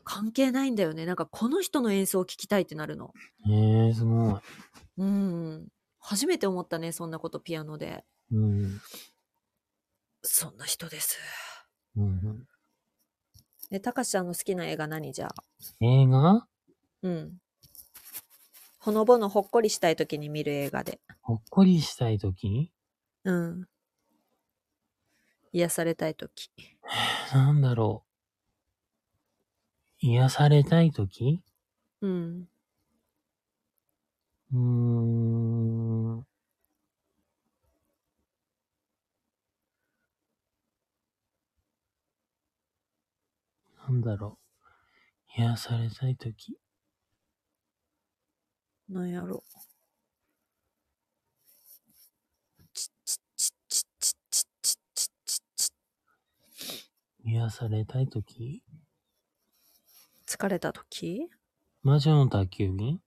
A: 関係ないんだよねなんかこの人の演奏を聴きたいってなるの
B: へえー、すごい。
A: うん初めて思ったねそんなことピアノで
B: うん。
A: そんな人です
B: うん
A: えたかしちゃんの好きな映画何じゃあ
B: うん、映画
A: うんほのぼのほっこりしたい時に見る映画で
B: ほっこりしたいとき
A: うん癒されたいとき。
B: なんだろう。癒されたいとき
A: うん。
B: うーん。なんだろう。癒されたいとき。
A: なんやろ。チッチッチッチッチッチッチッチッチッチッ
B: 癒されたいとき。
A: 疲れたとき
B: 魔女の宅急便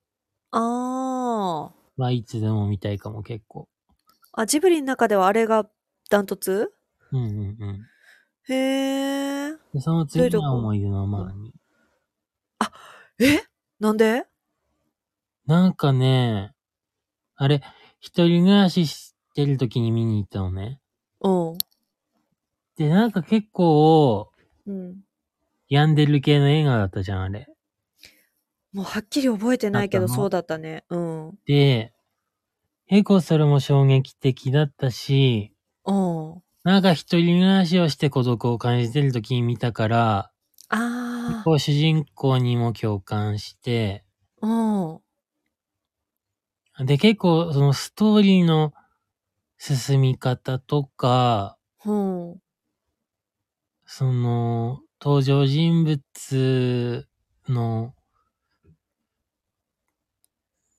A: ああ。
B: はいつでも見たいかも結構。
A: あ、ジブリの中ではあれがダントツ
B: うんうんうん。
A: へえ。
B: で、その次
A: どういうと
B: の
A: こ
B: 思い出の前に。
A: えなんで
B: なんかね、あれ、一人暮らししてる時に見に行ったのね。
A: うん。
B: で、なんか結構、
A: うん。
B: 病んでる系の映画だったじゃん、あれ。
A: もうはっきり覚えてないけ
B: だ
A: ど、
B: ったの
A: そうだったね。うん。うん。
B: で、結構それも衝撃的だったし、なんか一人暮らしをして孤独を感じてる時に見たから、
A: あ
B: 結
A: あ。
B: 構主人公にも共感して、
A: うん。
B: で、結構そのストーリーの進み方とか、
A: うん。
B: その、登場人物の、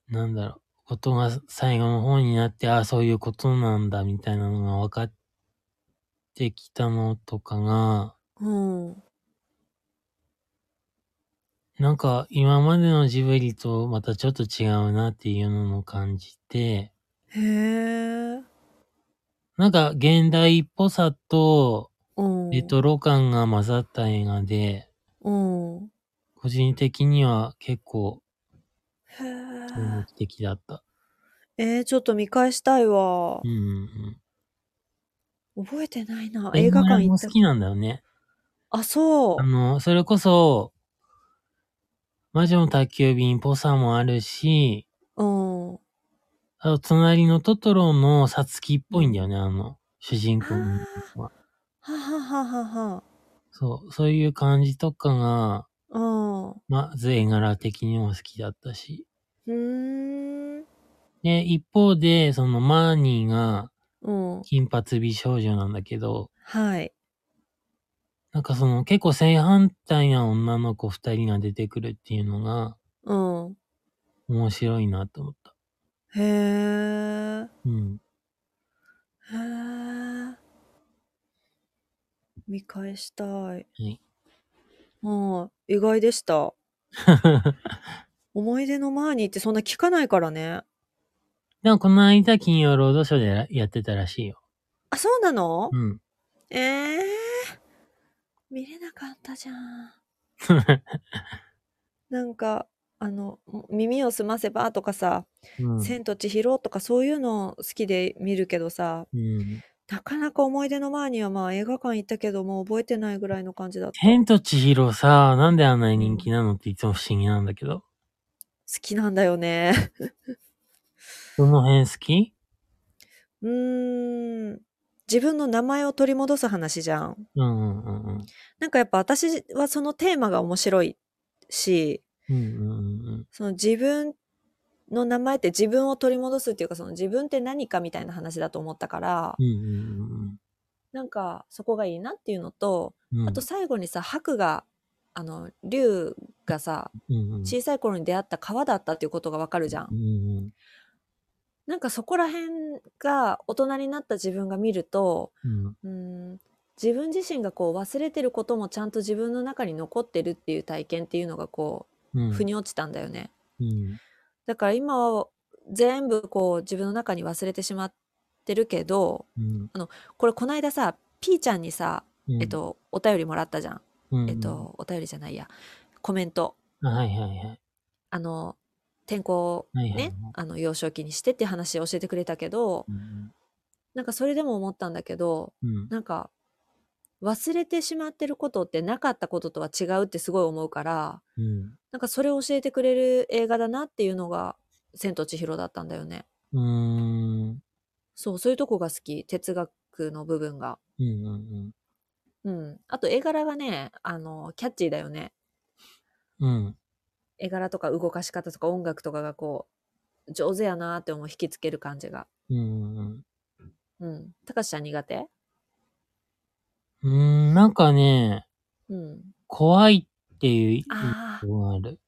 B: なんだろう、ことが最後の方になって、ああ、そういうことなんだ、みたいなのが分かってきたのとかが、
A: うん。
B: なんか今までのジブリとまたちょっと違うなっていうのを感じて、
A: へえ。
B: なんか現代っぽさと
A: うん。
B: レトロ感が混ざった映画で、
A: うん。
B: 個人的には結構
A: へえ。
B: 衝撃的だった。
A: えー、ちょっと見返したいわ
B: うん。うん
A: 覚えてないな。
B: うん。
A: 映画館行
B: も
A: った
B: 好。きなんだよね。
A: あ、そう
B: あ。の、それこそ、魔女の宅急便っぽさもあるし、
A: うん。
B: あと、隣のトトロのサツキっぽいんだよね、あの、主人公の子は。
A: はははは
B: そう、そういう感じとかが、
A: は。
B: まず絵柄的にも好きだったし。
A: うん。う
B: で、一方で、そのマーニーが
A: ーん。うん。
B: 金髪美少女なんだけど、
A: はい。
B: なんかその結構正反対な女の子二人が出てくるっていうのが
A: うん。
B: 面白いなと思った。
A: へえ。
B: うん。
A: へ え。見返したい。
B: い
A: はい。意外でした。思い出のマーニーってそんな聞かないからね。
B: でもこの間金曜ロードショーでやってたらしいよ。
A: あ、そうなの、
B: うん。
A: ええー。見れなかったじゃん。なんか、あの、耳をすませばとかさ、
B: うん。
A: 千と千尋とかそういうの好きで見るけどさ、
B: うん。
A: なかなか思い出の前にはまあ映画館行ったけどもう覚えてないぐらいの感じだった。好
B: 千と千尋さ、なんであんなに人気なのっていつも不思議なんだけど。
A: きなんだよね。
B: どの辺好き
A: うーん。自分の名前を取り戻す話じゃん。
B: うんうんうんうん。
A: なんかやっぱ私はそのテーマが面白いし、
B: うんうんうん
A: その自分の名前って自分を取り戻すっていうかその自分って何かみたいな話だと思ったから
B: うん。う、ん
A: なんかそこがいいなっていうのと、
B: うんうん。
A: あと最後にさ白があの竜がさ
B: うんうん、
A: 小さい頃に出会った川だったっていうことがわかるじゃ。
B: うんん
A: なんかそこら辺が大人になった自分が見ると
B: うんうん。
A: うーん自分自身がこう忘れてることもちゃんと自分の中に残ってるっていう体験っていうのがこ
B: うん。
A: う腑に落ちたんだよね。
B: うん。
A: だから今は全部こう自分の中に忘れてしまってるけど
B: うん。
A: これこないださピーちゃんにさ、
B: うん
A: えっ、と、お便りもらったじゃん、
B: うんうん
A: えっ。とお便りじゃないやコメント。
B: はいはいはい。
A: あの天候を
B: はいはいはい
A: ねあの幼少期にしてって話を教えてくれたけど
B: うん
A: なんかそれでも思ったんだけど
B: うん。
A: なんか忘れてしまってることってなかったこととは違うってすごい思うから
B: うん。
A: なんかそれを教えてくれる映画だなっていうのが「千と千尋」だったんだよね。
B: うん。
A: そうそういうとこが好き哲学クの部分が。
B: うん
A: う
B: うん
A: ん。あと、絵柄がね、あの、キャッチーだよね。
B: うん。うん。
A: 絵柄とか動かし方とか音楽とかがこう、上手やなーって思う、引きつける感じが。
B: うんうん
A: うん。たかしちゃん苦手
B: うん。うーん、なんかね、
A: うん。
B: 怖いっていう印
A: あー
B: 象がある。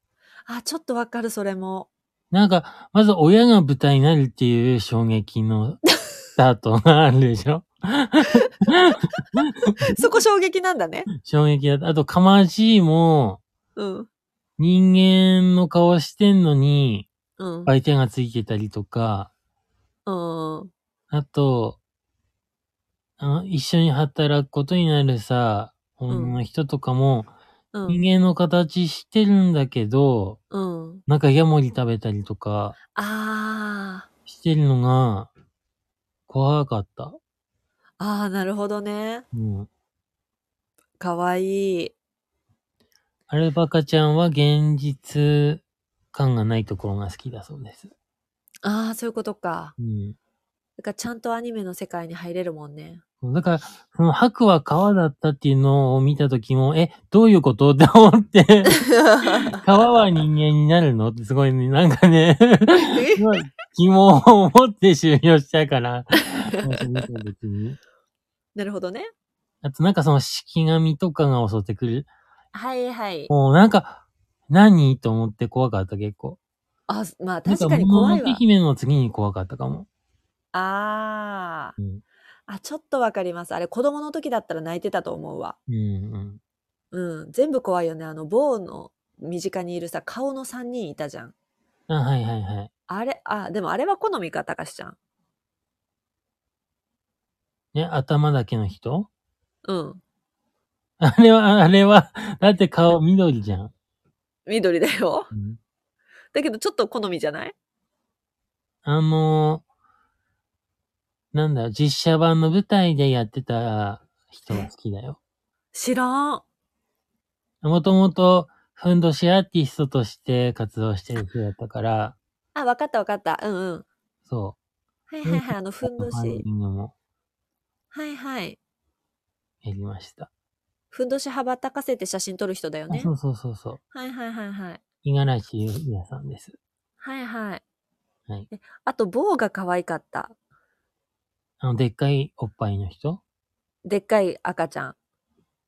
A: あ、ちょっとわかる、それ も。
B: なんか、まず親が舞台になるっていう衝撃のスタートがあるでしょ
A: そこ衝撃なんだね。
B: 衝撃だった。あと、かまじいも、
A: うん。
B: 人間の顔してんのに、
A: うん。
B: 相手がついてたりとか、
A: うん。
B: あと、あの一緒に働くことになるさ、女の人とかも、
A: うん。
B: 人間の形してるんだけど、
A: うん。
B: なんかヤモリ食べたりとか
A: あー。
B: してるのが、怖かった。
A: あー、なるほどね。
B: うん。
A: かわいい。
B: アルバカちゃんは現実感がないところが好きだそうです。
A: あー、そういうことか。
B: うん。
A: だからちゃんとアニメの世界に入れるもん ね。
B: だから、その白は川だったっていうのを見たときも、え、どういうことって思って、 川は人間になるのってすごいね、なんかね、 すごい疑問を持って終了したから、最初見たときに。
A: なるほどね。
B: あとなんかその式神とかが襲ってくる。
A: はいはい。
B: もうなんか、何と思って怖かった結構。
A: あ、まあ
B: なん
A: 確かに怖いわ
B: ものの。け姫の次に怖かったかも。
A: あ
B: う
A: ー
B: ん。
A: あ、ちょっとわかります。あれ子供の時だったら泣いてたと思うわ。
B: うん、うん。
A: うん。全部怖いよね。あの、某の身近にいるさ、顔の3人いたじゃん。
B: あ、はいはいはい。
A: あれ、あ、でもあれは好みか、たかしちゃん。
B: ね、頭だけの人
A: うん。
B: あれは、あれは、だって顔緑じゃん。
A: 緑だよ。
B: うん
A: だけどちょっと好みじゃない
B: あのー、なんだ、実写版の舞台でやってた人が好きだよ。
A: 知らん。
B: もともと、ふんどしアーティストとして活動してる人だったから、
A: あ、わかったわかった。うんうん。
B: そ
A: はいはいはい。あの、
B: う。
A: ふんど
B: ハロウ
A: し。
B: ィンのも
A: はいはい。
B: やりました。
A: ふんどし羽ばたかせて写真撮る人だよ
B: あ
A: ね
B: そ。うそうそうそう。
A: はいはいはいはい。
B: 五十嵐優也さんです。
A: はいはい。
B: はい
A: えあと、棒が可愛かった。
B: あの、でっかいおっぱいの人
A: でっかい赤ちゃん。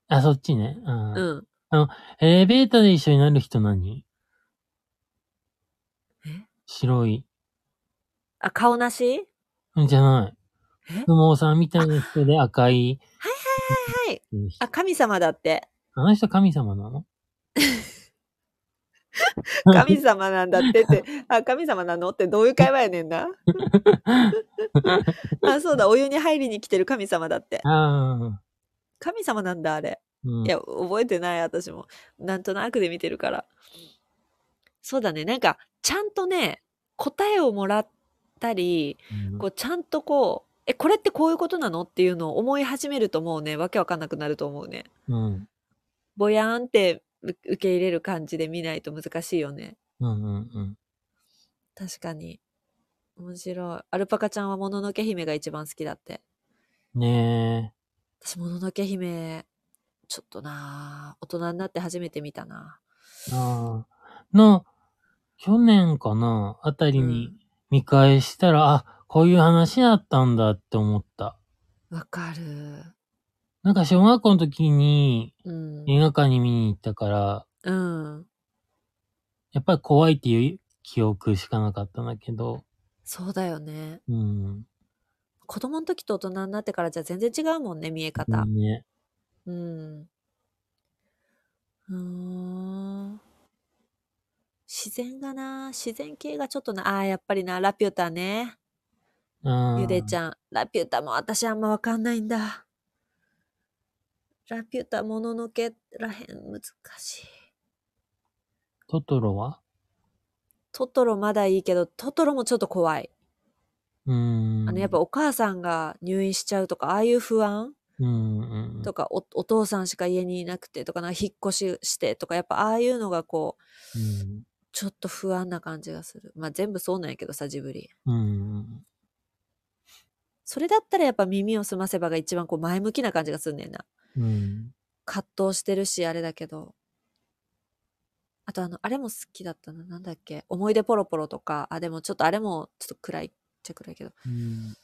B: あ、そっちね。うん。
A: うん。
B: エレベーターで一緒になる人何
A: え
B: 白い。
A: あ、顔なし
B: うん、じゃない。
A: え
B: 相撲さんみたいな人で赤い。
A: はいはい。
B: うん
A: あ、神様だって。
B: あの人神様なの
A: 神様なんだってって。あ、神様なのってどういう会話やね んな。あ、そうだ。お湯に入りに来てる神様だって。
B: ああ、
A: 神様なんだ、あれ。
B: うん。
A: いや、覚えてない、私も。なんとなくで見てるから。そうだね。なんか、ちゃんとね、答えをもらったり、
B: うん
A: こうちゃんとこうえこれってこういうことなのっていうのを思い始めるともうねわけわかんなくなると思うね
B: うん。
A: ぼやーんってう受け入れる感じで見ないと難しいよね
B: うん。うん。うん。
A: 確かに面白いアルパカちゃんはもののけ姫が一番好きだって
B: ね
A: 私もののけ姫ちょっとなあ大人になって初めて見たな
B: え。ああ。の、去年かなあたりに見返したら、あ、こういう話だったんだって思った。
A: わかる
B: なんか小学校の時に
A: うん
B: 映画館に見に行ったから、
A: うん
B: やっぱり怖いっていう記憶しかなかったんだけど、
A: そうだよね
B: うん。
A: 子供の時と大人になってからじゃ全然違うもんね見え方
B: ね。
A: うん。うーん。自然がな、自然系がちょっとな、ああー、やっぱりな、ラピュタね。
B: ゆ
A: ゆでちゃん。ラピュタも私あんまわかんないんだ。ラピュタもののけらへん難しい。
B: トトロは
A: トトロまだいいけど、トトロもちょっと怖い。
B: うーん。
A: あの、やっぱ、お母さんが入院しちゃうとか、ああいう不安
B: うんうん。
A: とかお、お父さんしか家にいなくてとか、なんか引っ越ししてとか、やっぱああいうのがこう、
B: うん
A: ちょっと不安な感じがする。まあ全部そうなんやけどさ、ジブリ。
B: うん。
A: それだったらやっぱ耳を澄ませばが一番こう前向きな感じがすんねんな。
B: うん。
A: 葛藤してるし、あれだけど。あとあの、あれも好きだったな。なんだっけ。思い出ポロポロとか。あ、でもちょっとあれもちょっと暗いっちゃ暗いけど。
B: うん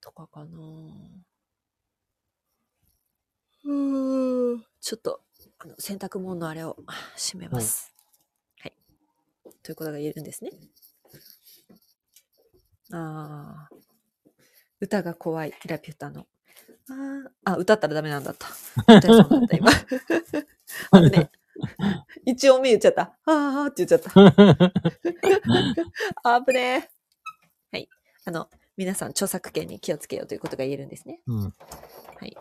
A: とかかなうーん。ちょっと、あの、洗濯物のあれをあ閉めます。はい。ということが言えるんですね。ああ。歌が怖い、ラピュタの。あーあ、歌ったらダメなんだった。歌いそうにな った、今。あのね、一応目言っちゃった。ああって言っち ゃった。あぶねえ。はい。あの、皆さん、著作権に気をつけようということが言えるんですね。
B: うん。
A: はい。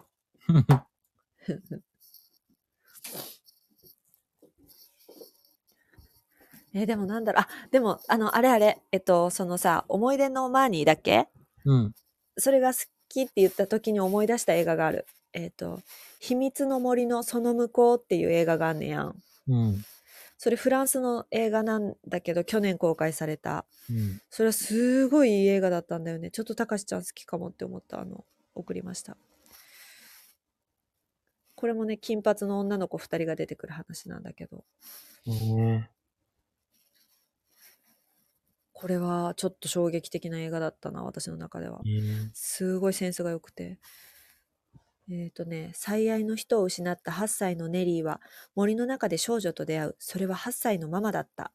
A: えーでもなんだろう。あ、でも、あの、あれあれ。えっと、そのさ、思い出のマーニーだっけ
B: うん。
A: それが好きって言った時に思い出した映画がある。えっと、秘密の森のその向こうっていう映画があんねやん。
B: うん。
A: それフランスの映画なんだけど、去年公開された。
B: うん。
A: それはすごいいい映画だったんだよね。ちょっとたかしちゃん好きかもって思ったあの送りました。これもね金髪の女の子2人が出てくる話なんだけど
B: ね
A: これはちょっと衝撃的な映画だったな私の中では
B: え。ね
A: すごいセンスが良くて。えっ、とね、最愛の人を失った8歳のネリーは森の中で少女と出会う。それは8歳のママだった。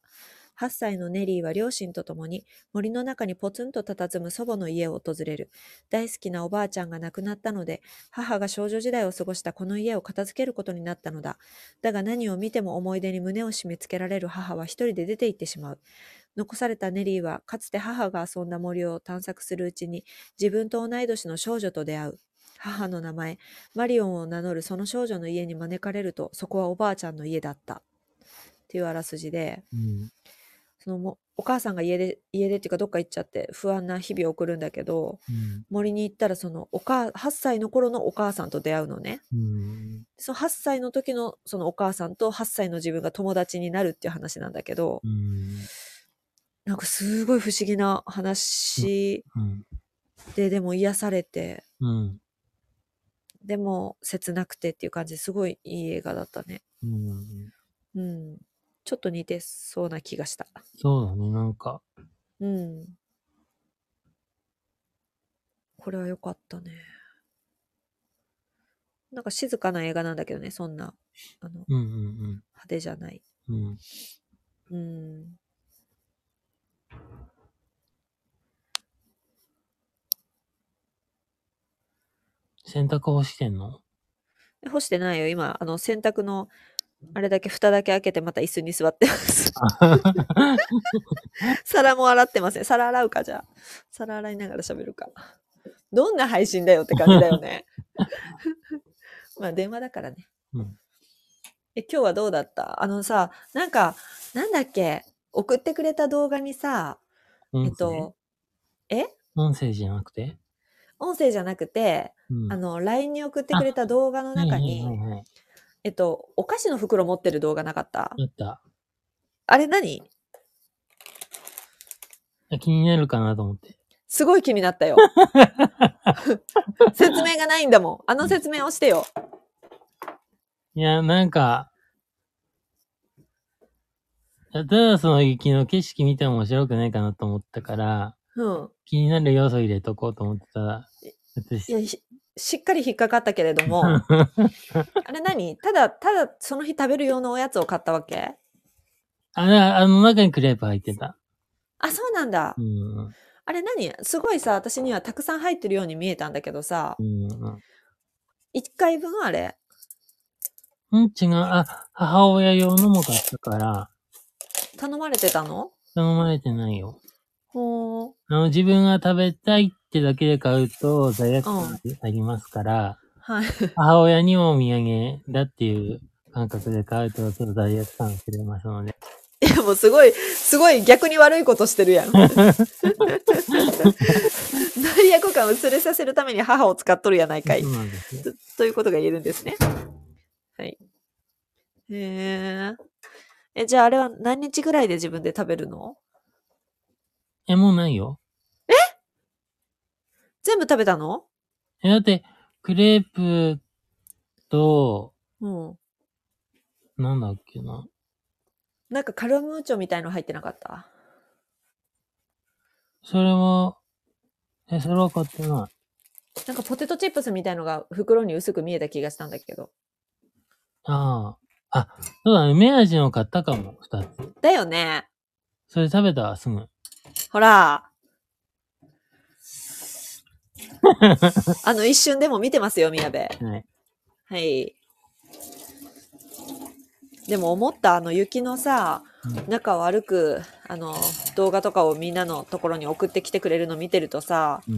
A: 8歳のネリーは両親と共に森の中にポツンと佇む祖母の家を訪れる。大好きなおばあちゃんが亡くなったので、母が少女時代を過ごしたこの家を片付けることになったのだ。だが何を見ても思い出に胸を締め付けられる母は一人で出て行ってしまう。残されたネリーはかつて母が遊んだ森を探索するうちに自分と同い年の少女と出会う。母の名前、マリオンを名乗るその少女の家に招かれると、そこはおばあちゃんの家だった。っていうあらすじで、
B: うん。
A: そのもお母さんが家で、家でっていうかどっか行っちゃって不安な日々を送るんだけど、
B: うん。
A: 森に行ったらそのおか8歳の頃のお母さんと出会うのね。
B: うん。
A: その8歳の時のそのお母さんと8歳の自分が友達になるっていう話なんだけど、
B: うん。
A: なんかすごい不思議な話
B: うん。
A: で、でも癒されて、
B: うん。
A: でも切なくてっていう感じですごいいい映画だったね。
B: うん。
A: うん。ちょっと似てそうな気がした。
B: そうだね、なんか。
A: うん。これは良かったね。なんか静かな映画なんだけどね、そんな、あの、
B: うんうん
A: 派手じゃない。
B: うん。うん。
A: うん。
B: 洗濯干してんの
A: え干してないよ、今、あの、洗濯の、あれだけ、蓋だけ開けてまた椅子に座ってます。皿も洗ってません。皿洗うか、じゃあ。皿洗いながら喋るか。どんな配信だよって感じだよ ね。まあ、電話だからね。
B: うん
A: え、今日はどうだったあのさ、なんか、なんだっけ、送ってくれた動画にさ、えっと、
B: 音声じゃなくて
A: 音声じゃなくて、
B: うん
A: あの、LINE に送ってくれた動画の中
B: はい
A: に、
B: はいはい
A: えっと、お菓子の袋持ってる動画なかった
B: あった。
A: あれ何
B: 気になるかなと思って。
A: すごい気になった よ。説明がないんだもん。あの説明をしてよ。
B: いや、なんか、ただその雪の景色見ても面白くないかなと思ったから、
A: うん。
B: 気になる要素入れとこうと思ってたら、
A: い
B: 私、
A: や、ひしっかり引っかかったけれども、あれ何ただ、ただその日食べる用のおやつを買ったわけ
B: あら、あの中にクレープ入ってた。
A: あ、そうなんだ
B: う。ん。
A: あれ何すごいさ、私にはたくさん入ってるように見えたんだけどさ
B: う、ん。
A: 1回分あれ
B: うん、違う。あ、母親用のも買ったから、
A: 頼まれてたの
B: 頼まれてないよ。
A: ほー。
B: あの、自分が食べたいってだけで買うと罪悪感ありますから、
A: はい。
B: 母親にもお土産だっていう感覚で買うと、ちょっと罪悪感くれますので。
A: いや、もうすごい、すごい逆に悪いことしてるやん。 罪悪感を薄れさせるために母を使っとるやないかい
B: そう。なんですよ。
A: とということが言えるんですね。はい。へーえ。じゃああれは何日ぐらいで自分で食べるの
B: え、もうないよ。
A: 全部食べたの
B: え、だって、クレープと、
A: うん。
B: なんだっけな。
A: なんかカルムーチョみたいの入ってなかった
B: それは、え、それは買ってない。
A: なんかポテトチップスみたいのが袋に薄く見えた気がしたんだけど。
B: ああ。あ、そうだ、梅味の買ったかも、二つ。
A: だよね。
B: それ食べたわ、すぐ。
A: ほら。あの一瞬でも見てますよ、宮部。
B: はい。
A: はい。でも思った、あの雪のさ
B: う、
A: 中を歩く、あの、動画とかをみんなのところに送ってきてくれるの見てるとさ、
B: うん。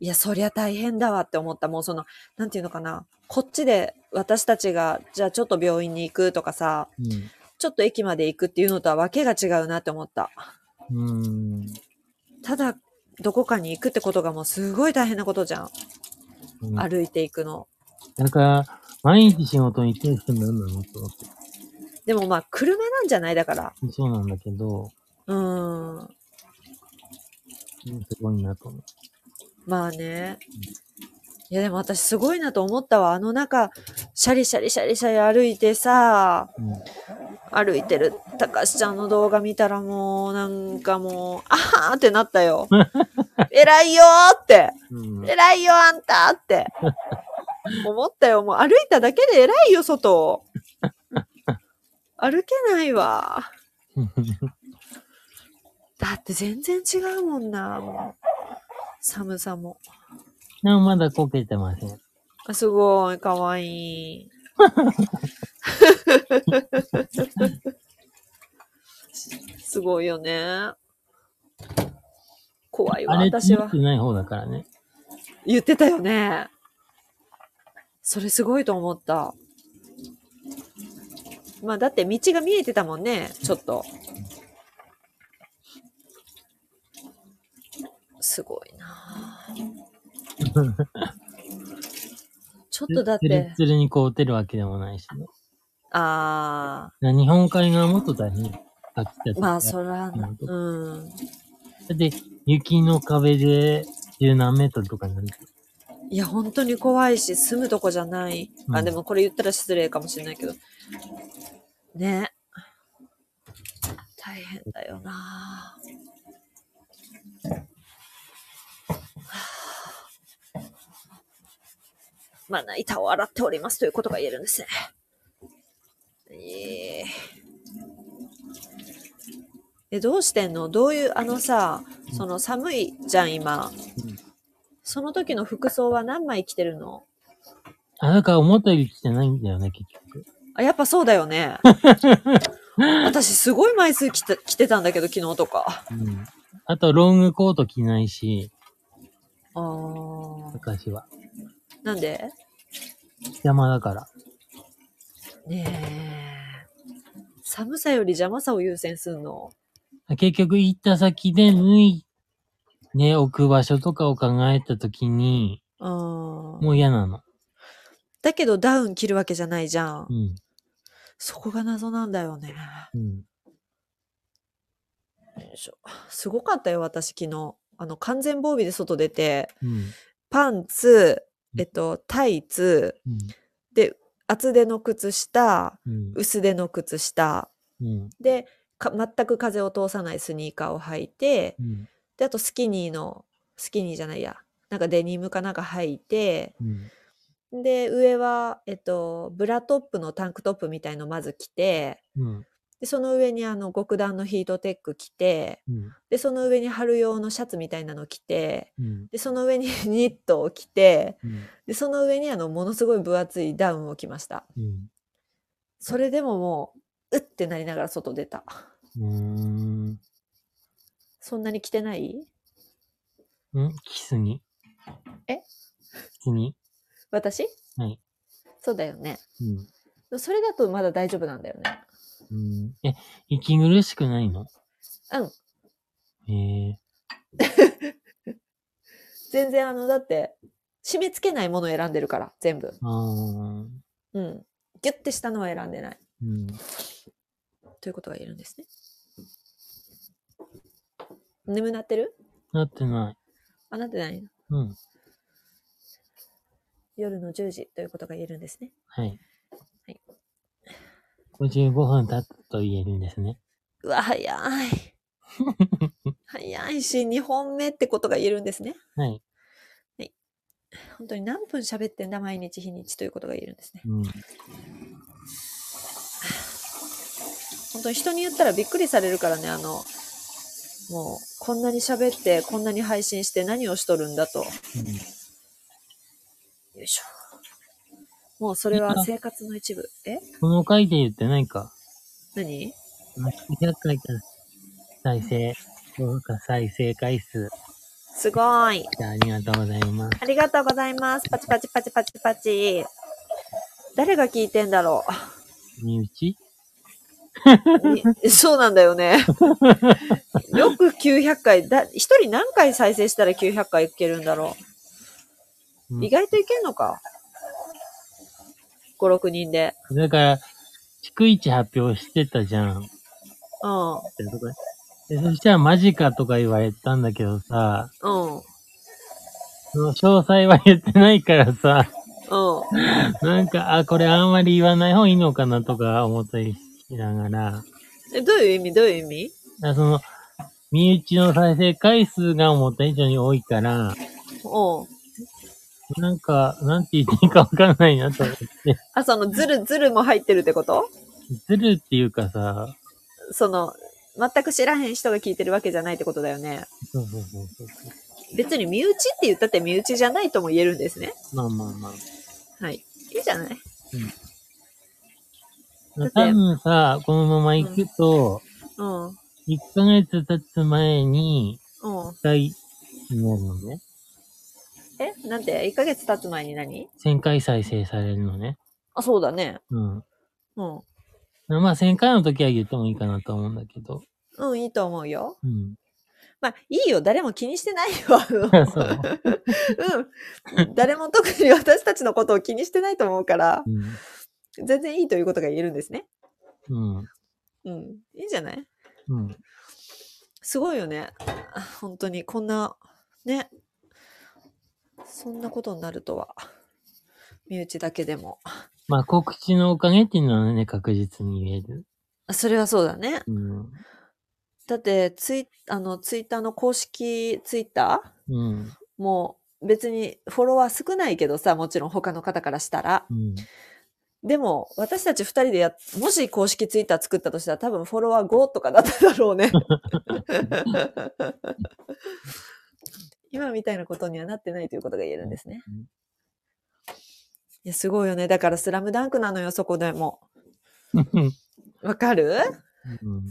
A: いや、そりゃ大変だわって思った。もうその、なんていうのかな。こっちで私たちが、じゃあちょっと病院に行くとかさ、
B: うん
A: ちょっと駅まで行くっていうのとは訳が違うなって思った。
B: うーん。
A: ただ、どこかに行くってことがもうすごい大変なことじゃん。
B: うん
A: 歩いていくの。
B: だから、毎日仕事に行ってる人になるんだろうと思って。
A: でもまあ、車なんじゃないだから。
B: そうなんだけど、
A: うーん。
B: うんすごいなと思う。
A: まあね。いやでも私すごいなと思ったわ。あの中、シャリシャリシャリシャリ歩いてさ、
B: うん、
A: 歩いてるたかしちゃんの動画見たらもうなんかもう、あはーってなったよ。偉いよーって。
B: うん
A: 偉いよあんたって。思ったよ。もう歩いただけで偉いよ、外を。歩けないわ。だって全然違うもんな、もう。寒さも。
B: でもまだこけてません。
A: あすごい、かわいい。すごいよね。怖いわ、
B: あれ、
A: 私
B: 持
A: は
B: って。ない方だからね。
A: 言ってたよね。それすごいと思った。まあだって道が見えてたもんね、ちょっと。すごいなあ ちょっとだっ
B: つる
A: て
B: っ、つるに凍ってるわけでもないし、ね。
A: あ
B: な日本海側もっと大変。秋田と
A: あ、
B: か
A: まあそら、
B: うん
A: うん。
B: だって、雪の壁で十何メートルとかになる。
A: いや、本当に怖いし、住むとこじゃない。
B: う
A: あ、
B: ん
A: でもこれ言ったら失礼かもしれないけど。ね。大変だよなはあまな板を洗っておりますということが言えるんですね。えええ、どうしてんのどういう、あのさ、その寒いじゃん、今。
B: うん
A: その時の服装は何枚着てるの
B: あ、だから思ったより来てないんだよね、結局。
A: あ、やっぱそうだよ ね。私すごい枚数着て着てたんだけど、昨日とか。
B: うん。あと、ロングコート着ないし、
A: あー
B: 昔は。
A: なんで
B: 邪魔だから。
A: ねえ。寒さより邪魔さを優先するの。
B: 結局行った先で脱いで置く場所とかを考えたときに、
A: うん。
B: もう嫌なの。
A: だけどダウン着るわけじゃないじゃ。
B: うんん。
A: そこが謎なんだよね。
B: うん。
A: よいしょすごかったよ、私昨日。あの、完全防備で外出て、
B: うん。
A: パンツ、
B: うん
A: えっと、タイツ、
B: うん。
A: 厚手の靴下、
B: うん。
A: 薄手の靴下、
B: うん。
A: でか全く風を通さないスニーカーを履いて
B: うん。
A: であとスキニーのスキニーじゃないやなんかデニムかなんか履いて
B: うん。
A: で上は、えっと、ブラトップのタンクトップみたいのまず着て
B: うん。
A: でその上にあの極暖のヒートテック着て
B: うん。
A: でその上に春用のシャツみたいなの着て
B: うん。
A: でその上に ニットを着て
B: うん。
A: でその上にあのものすごい分厚いダウンを着ました
B: うん。
A: それでももううってなりながら外出た
B: うーん。
A: そんなに着てない
B: んキスに。
A: え
B: キスに。
A: 私
B: はい。
A: そうだよね。
B: うん。
A: それだとまだ大丈夫なんだよね。
B: うん。え、息苦しくないの
A: うん。
B: ええ
A: 全然あの、だって、締め付けないものを選んでるから、全部。
B: ああ。
A: うん。ギュッてしたのは選んでない。
B: うん。
A: ということが言えるんですね。眠なってる
B: なってない。
A: あ、なってない
B: うん。
A: 夜の10時ということが言えるんですね。
B: はい。
A: はい。
B: 55分経ったと言えるんですね。
A: うわ、早い。 早いし、2本目ってことが言えるんですね。
B: はい。
A: 本当に何分喋ってんだ、毎日日にちということが言えるんですね。
B: うん。
A: 本当に人に言ったらびっくりされるからね、あの、もう、こんなに喋って、こんなに配信して何をしとるんだと。よいしょ。もうそれは生活の一部。え
B: この回で言ってないか。
A: 何
B: 100回から再生、動画再生回数。
A: すごい。
B: じゃあ、ありがとうございます。
A: ありがとうございます。パチパチパチパチパチ。誰が聞いてんだろ
B: 身内
A: う。 にそうなんだよね。よく900回、だ、一人何回再生したら900回いけるんだろ
B: う
A: う。
B: ん
A: 意外といけんのか。5、6人で。
B: だから、逐一発表してたじゃん。
A: うん。
B: でそしたらマジかとか言われたんだけどさ、
A: うん。
B: その詳細は言ってないからさ、
A: うん。
B: なんか、あ、これあんまり言わない方がいいのかなとか思ったりしながら、
A: え、どういう意味どういう意味
B: あその、身内の再生回数が思った以上に多いか
A: う
B: ら、
A: ん。
B: なんか、なんて言っていいかわかんないなと思って。
A: あ、その、ズルズルも入ってるってこと
B: ずるっていうかさ、
A: その、全く知らへん人が聞いてるわけじゃないってことだよね。
B: そうそうそうそう。
A: 別に身内って言ったって身内じゃないとも言えるんですね。
B: まあまあまあ。
A: はい。いいじゃないだって
B: 多分さ、このまま行くと、
A: うん。うん。
B: 1ヶ月経つ前に、1回になるのね。
A: えなんて ?1 ヶ月経つ前に何
B: 1000回再生されるのね。
A: あ、そうだね。
B: うん。
A: うん。
B: まあ1000回の時は言ってもいいかなと思うんだけど。
A: うん、いいと思うよ。
B: うん。
A: まあ、いいよ。誰も気にしてないよ。あの
B: そう
A: うん。誰も特に私たちのことを気にしてないと思うから、全然いいということが言えるんですね。
B: うん。うん。
A: うん。いいじゃない
B: うん。
A: すごいよね。 あ本当に、こんな、ね。そんなことになるとは。身内だけでも。
B: まあ告知のおかげっていうのはね、確実に言える。
A: あそれはそうだね。
B: うん。
A: だって、ツイあのツイッターの公式ツイッタ
B: うん。
A: ーもう別にフォロワー少ないけどさ、もちろん他の方からしたら
B: う。ん。
A: でも、私たち二人でや、もし公式ツイッター作ったとしたら多分フォロワー5とかだっただろう ね。今みたいなことにはなってないということが言えるんですね。いや、すごいよね。だからスラムダンクなのよ、そこで も。
B: うん。
A: わかる
B: うん。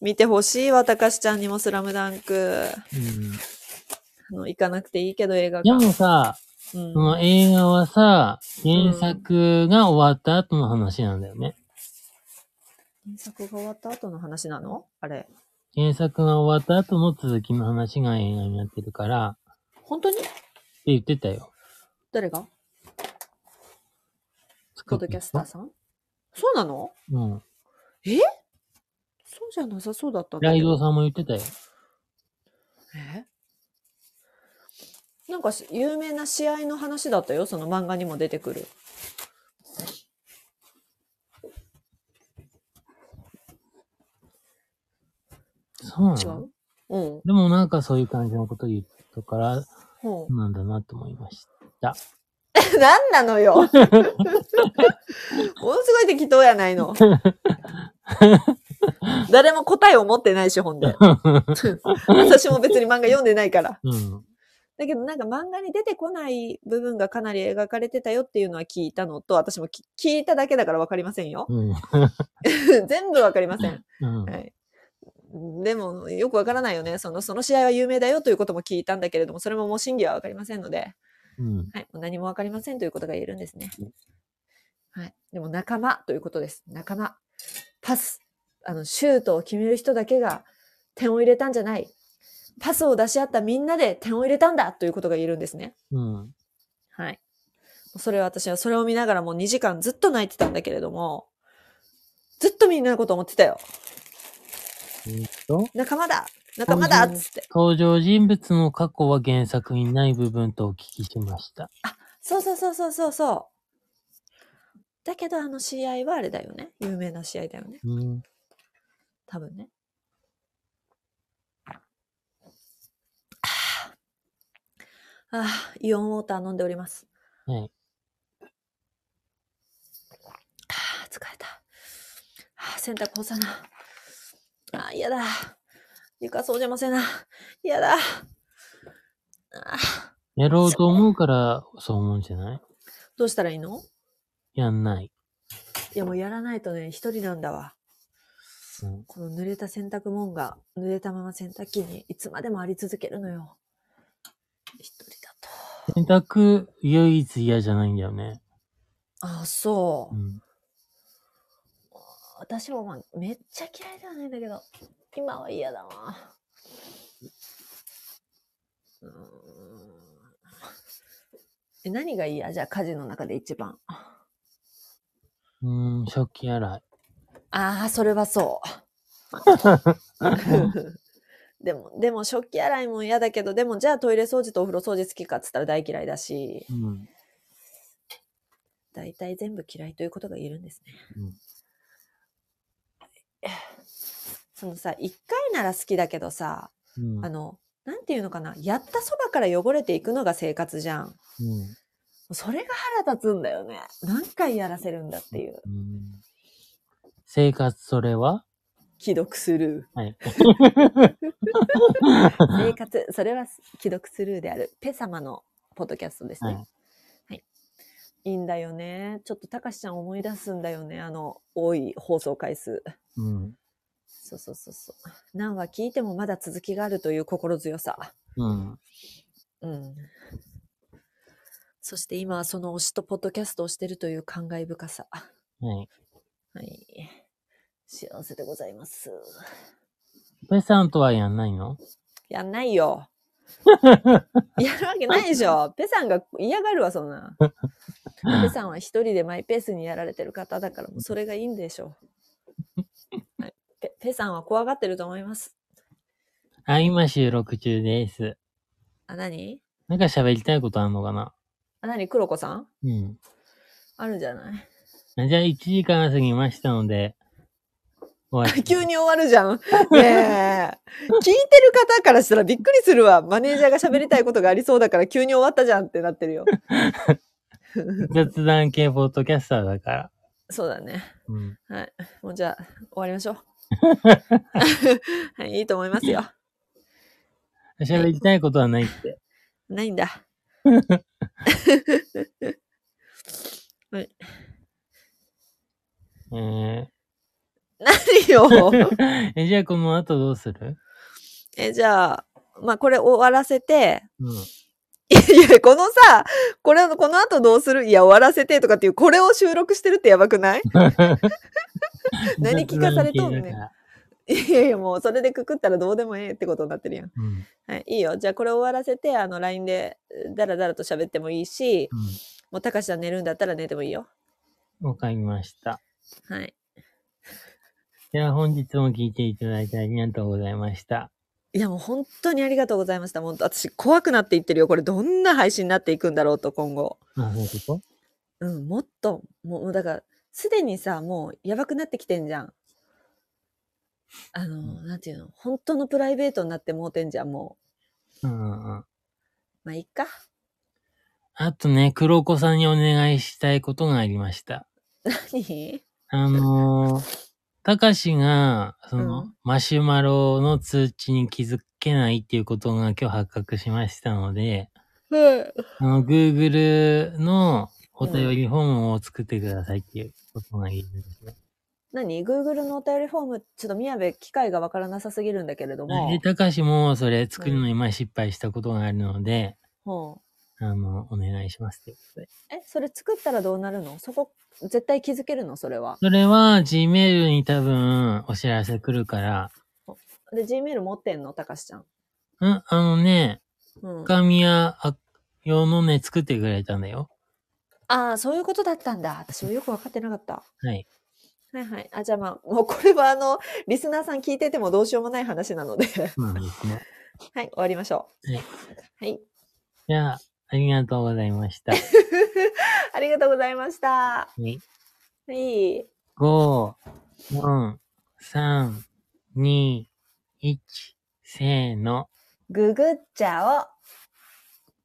A: 見てほしいわ、たかしちゃんにもスラムダンク。
B: うん
A: あの、行かなくていいけど映画
B: で
A: 館。
B: もさ、
A: うん
B: その映画はさ、原作が終わった後の話なんだよね。
A: 原作が終わった後の話なのあれ。
B: 原作が終わった後の続きの話が映画になってるから、っ
A: 本当に
B: て言ってたよ。
A: 誰が
B: 作
A: ポッ
B: っ
A: ド
B: てた
A: キャスターさんそうなの
B: うん。
A: そうじゃなさそうだったんだ
B: ラ
A: け
B: イド
A: ど。
B: ウさんも言ってたよ。
A: えなんかし有名な試合の話だったよ。その漫画にも出てくる。
B: そうな
A: 違
B: の
A: ううん。
B: でもなんかそういう感じのこと言ったから、
A: ほ
B: そうなんだなと思いまし
A: う 何なのよ ものすごい適当やない の。誰も答えを持ってないし、ほん で。
B: た。
A: 私も別に漫画読んでないから。
B: うん。
A: だけどなんか漫画に出てこない部分がかなり描かれてたよっていうのは聞いたのと、私もき聞いただけだからわかりませんよ。
B: うん。
A: 全部わかりません。
B: うん
A: は。い。でも、よくわからないよね。その、その試合は有名だよということも聞いたんだけれども、それももう真偽はわかりませんので、
B: うん。
A: はい。もう何もわかりませんということが言えるんですね。はい。でも、仲間ということです。仲間。パス。あの、シュートを決める人だけが点を入れたんじゃない。パスを出し合ったみんなで点を入れたんだということが言えるんですね。
B: うん。
A: はい。それは私はそれを見ながらもう2時間ずっと泣いてたんだけれども、ずっとみんなのこと思ってたよ。
B: えーっと、
A: 仲間だ仲間だ
B: うん
A: っつって。
B: 登場人物の過去は原作にない部分とお聞きしました。
A: そうそうそうそうそうそう。だけどあの試合はあれだよね。有名な試合だよね。
B: うん。
A: 多分ね。あーあー、イオンウォーター飲んでおります。
B: はい。
A: ああ、疲れた。ああ、洗濯干さな。ああ、嫌だ。床掃除もせな。嫌だ。ああ、
B: やろうと思うから、そう思うんじゃない
A: どうしたらいいの
B: やんない。
A: いや、もうやらないとね、一人なんだわ。
B: うん。
A: この濡れた洗濯物が、濡れたまま洗濯機にいつまでもあり続けるのよ。一人だと。
B: 洗濯、唯一嫌じゃないんだよね。
A: ああ、そうう。
B: ん。
A: 私も、まあ、めっちゃ嫌いではないんだけど、今は嫌だわ。うーんえ何が嫌じゃあ家事の中で一番。
B: うん、食器洗い。
A: ああ、それはそう。 でも、でも食器洗いも嫌だけど、でもじゃあトイレ掃除とお風呂掃除好きかっつったら大嫌いだし、
B: うん。
A: 大体全部嫌いということが言えるんですね。
B: うん
A: そのさ、一回なら好きだけどさ、
B: うん。
A: あの、なんていうのかな、やったそばから汚れていくのが生活じゃん。
B: うん。
A: それが腹立つんだよね。何回やらせるんだっていう。
B: うん生活それは
A: 既読スル
B: はい。
A: ー。生活、それは既読スルーである。ペ様のポッドキャストですね。
B: は
A: はい。い、いんだよね。ちょっとたかしちゃん思い出すんだよね。あの、多い放送回数。
B: うん。
A: そうそうそうそう。何話聞いてもまだ続きがあるという心強さ。
B: うん。
A: うん。そして今はその推しとポッドキャストをしてるという感慨深さ。
B: はい。
A: はい。幸せでございます。
B: ペさんとはやんないの
A: やんないよ。やるわけないでしょ。ペさんが嫌がるわ、そんな。ペさんは一人でマイペースにやられてる方だから、もうそれがいいんでしょう。はいペペさんは怖がってると思います。
B: あ、今収録中です。
A: あ、何
B: なんか喋りたいことあんのかな
A: あ、何黒子さん
B: うん。
A: あるんじゃない。
B: あじゃあ1時間過ぎましたので、終わ り
A: 急に終わるじゃん。ねえ。聞いてる方からしたらびっくりするわ。マネージャーが喋りたいことがありそうだから急に終わったじゃんってなってるよ。
B: 雑談系ポッドキャスターだから。
A: そうだね。
B: うん。
A: もうじゃあ、終わりましょう。はい、いいと思いますよ。
B: 喋りたいことはないって。
A: ないんだ。
B: えー
A: 何よ。
B: え、じゃあこの後どうする
A: え、じゃあ、まあこれ終わらせて、
B: うん。
A: いや、このさ、これ、この後どうするいや、終わらせてとかっていう、これを収録してるってやばくない何聞かされとんねん
B: 雑談系だから
A: いやいや、もうそれでくくったらどうでもええってことになってるやん。
B: うん。
A: はい、いいよ。じゃあこれ終わらせて、あの、LINE でダラダラと喋ってもいいし、もう、たかしは寝るんだったら寝てもいいよ。
B: うん。わかりました。
A: はい。
B: では本日も聞いていただいてありがとうございました。
A: いや、もう本当にありがとうございました。本当私、怖くなっていってるよ。これ、どんな配信になっていくんだろうと、今後。
B: あ、そういうこ
A: うん、もっと、もう、もうだから、すでにさ、もう、やばくなってきてんじゃん。あの、なんていうの、本当のプライベートになってもうてんじゃん、も
B: とうんうんうん。
A: う。まあ、いいか。
B: あとね、黒子さんにお願いしたいことがありました。
A: 何
B: あのー、たかしが、その、
A: うん
B: マシュマロの通知に気づけないっていうことが今日発覚しましたので、
A: はい。
B: あの、Google のお便りフォームを作ってくださいっていうことが言えるんですね。
A: 何 ?Google のお便りフォーム、ちょっと宮部、機会がわからなさすぎるんだけれども
B: で、。たかしもそれ作るのに前失敗したことがあるので、
A: うん
B: あの、お願いしますということで。
A: え、それ作ったらどうなるのそこ、絶対気づけるのそれは。
B: それは Gmail に多分お知らせ来るから、
A: で、Gmail 持ってんのたかしちゃん。
B: うん、あのね、
A: うん。あ
B: 深宮用のね、作ってくれたんだよ。
A: あー、そういうことだったんだ。私もよくわかってなかった。
B: はい。
A: はいはい。あ、じゃあまあ、もうこれはあの、リスナーさん聞いててもどうしようもない 話なので、
B: そうなんですね。
A: はい、終わりましょう。
B: はい
A: はい。
B: じゃあ、ありがとうございました。
A: ありがとうございました。
B: はい
A: いい。
B: 5、4、3、2、1、せーの。
A: ググっちゃお。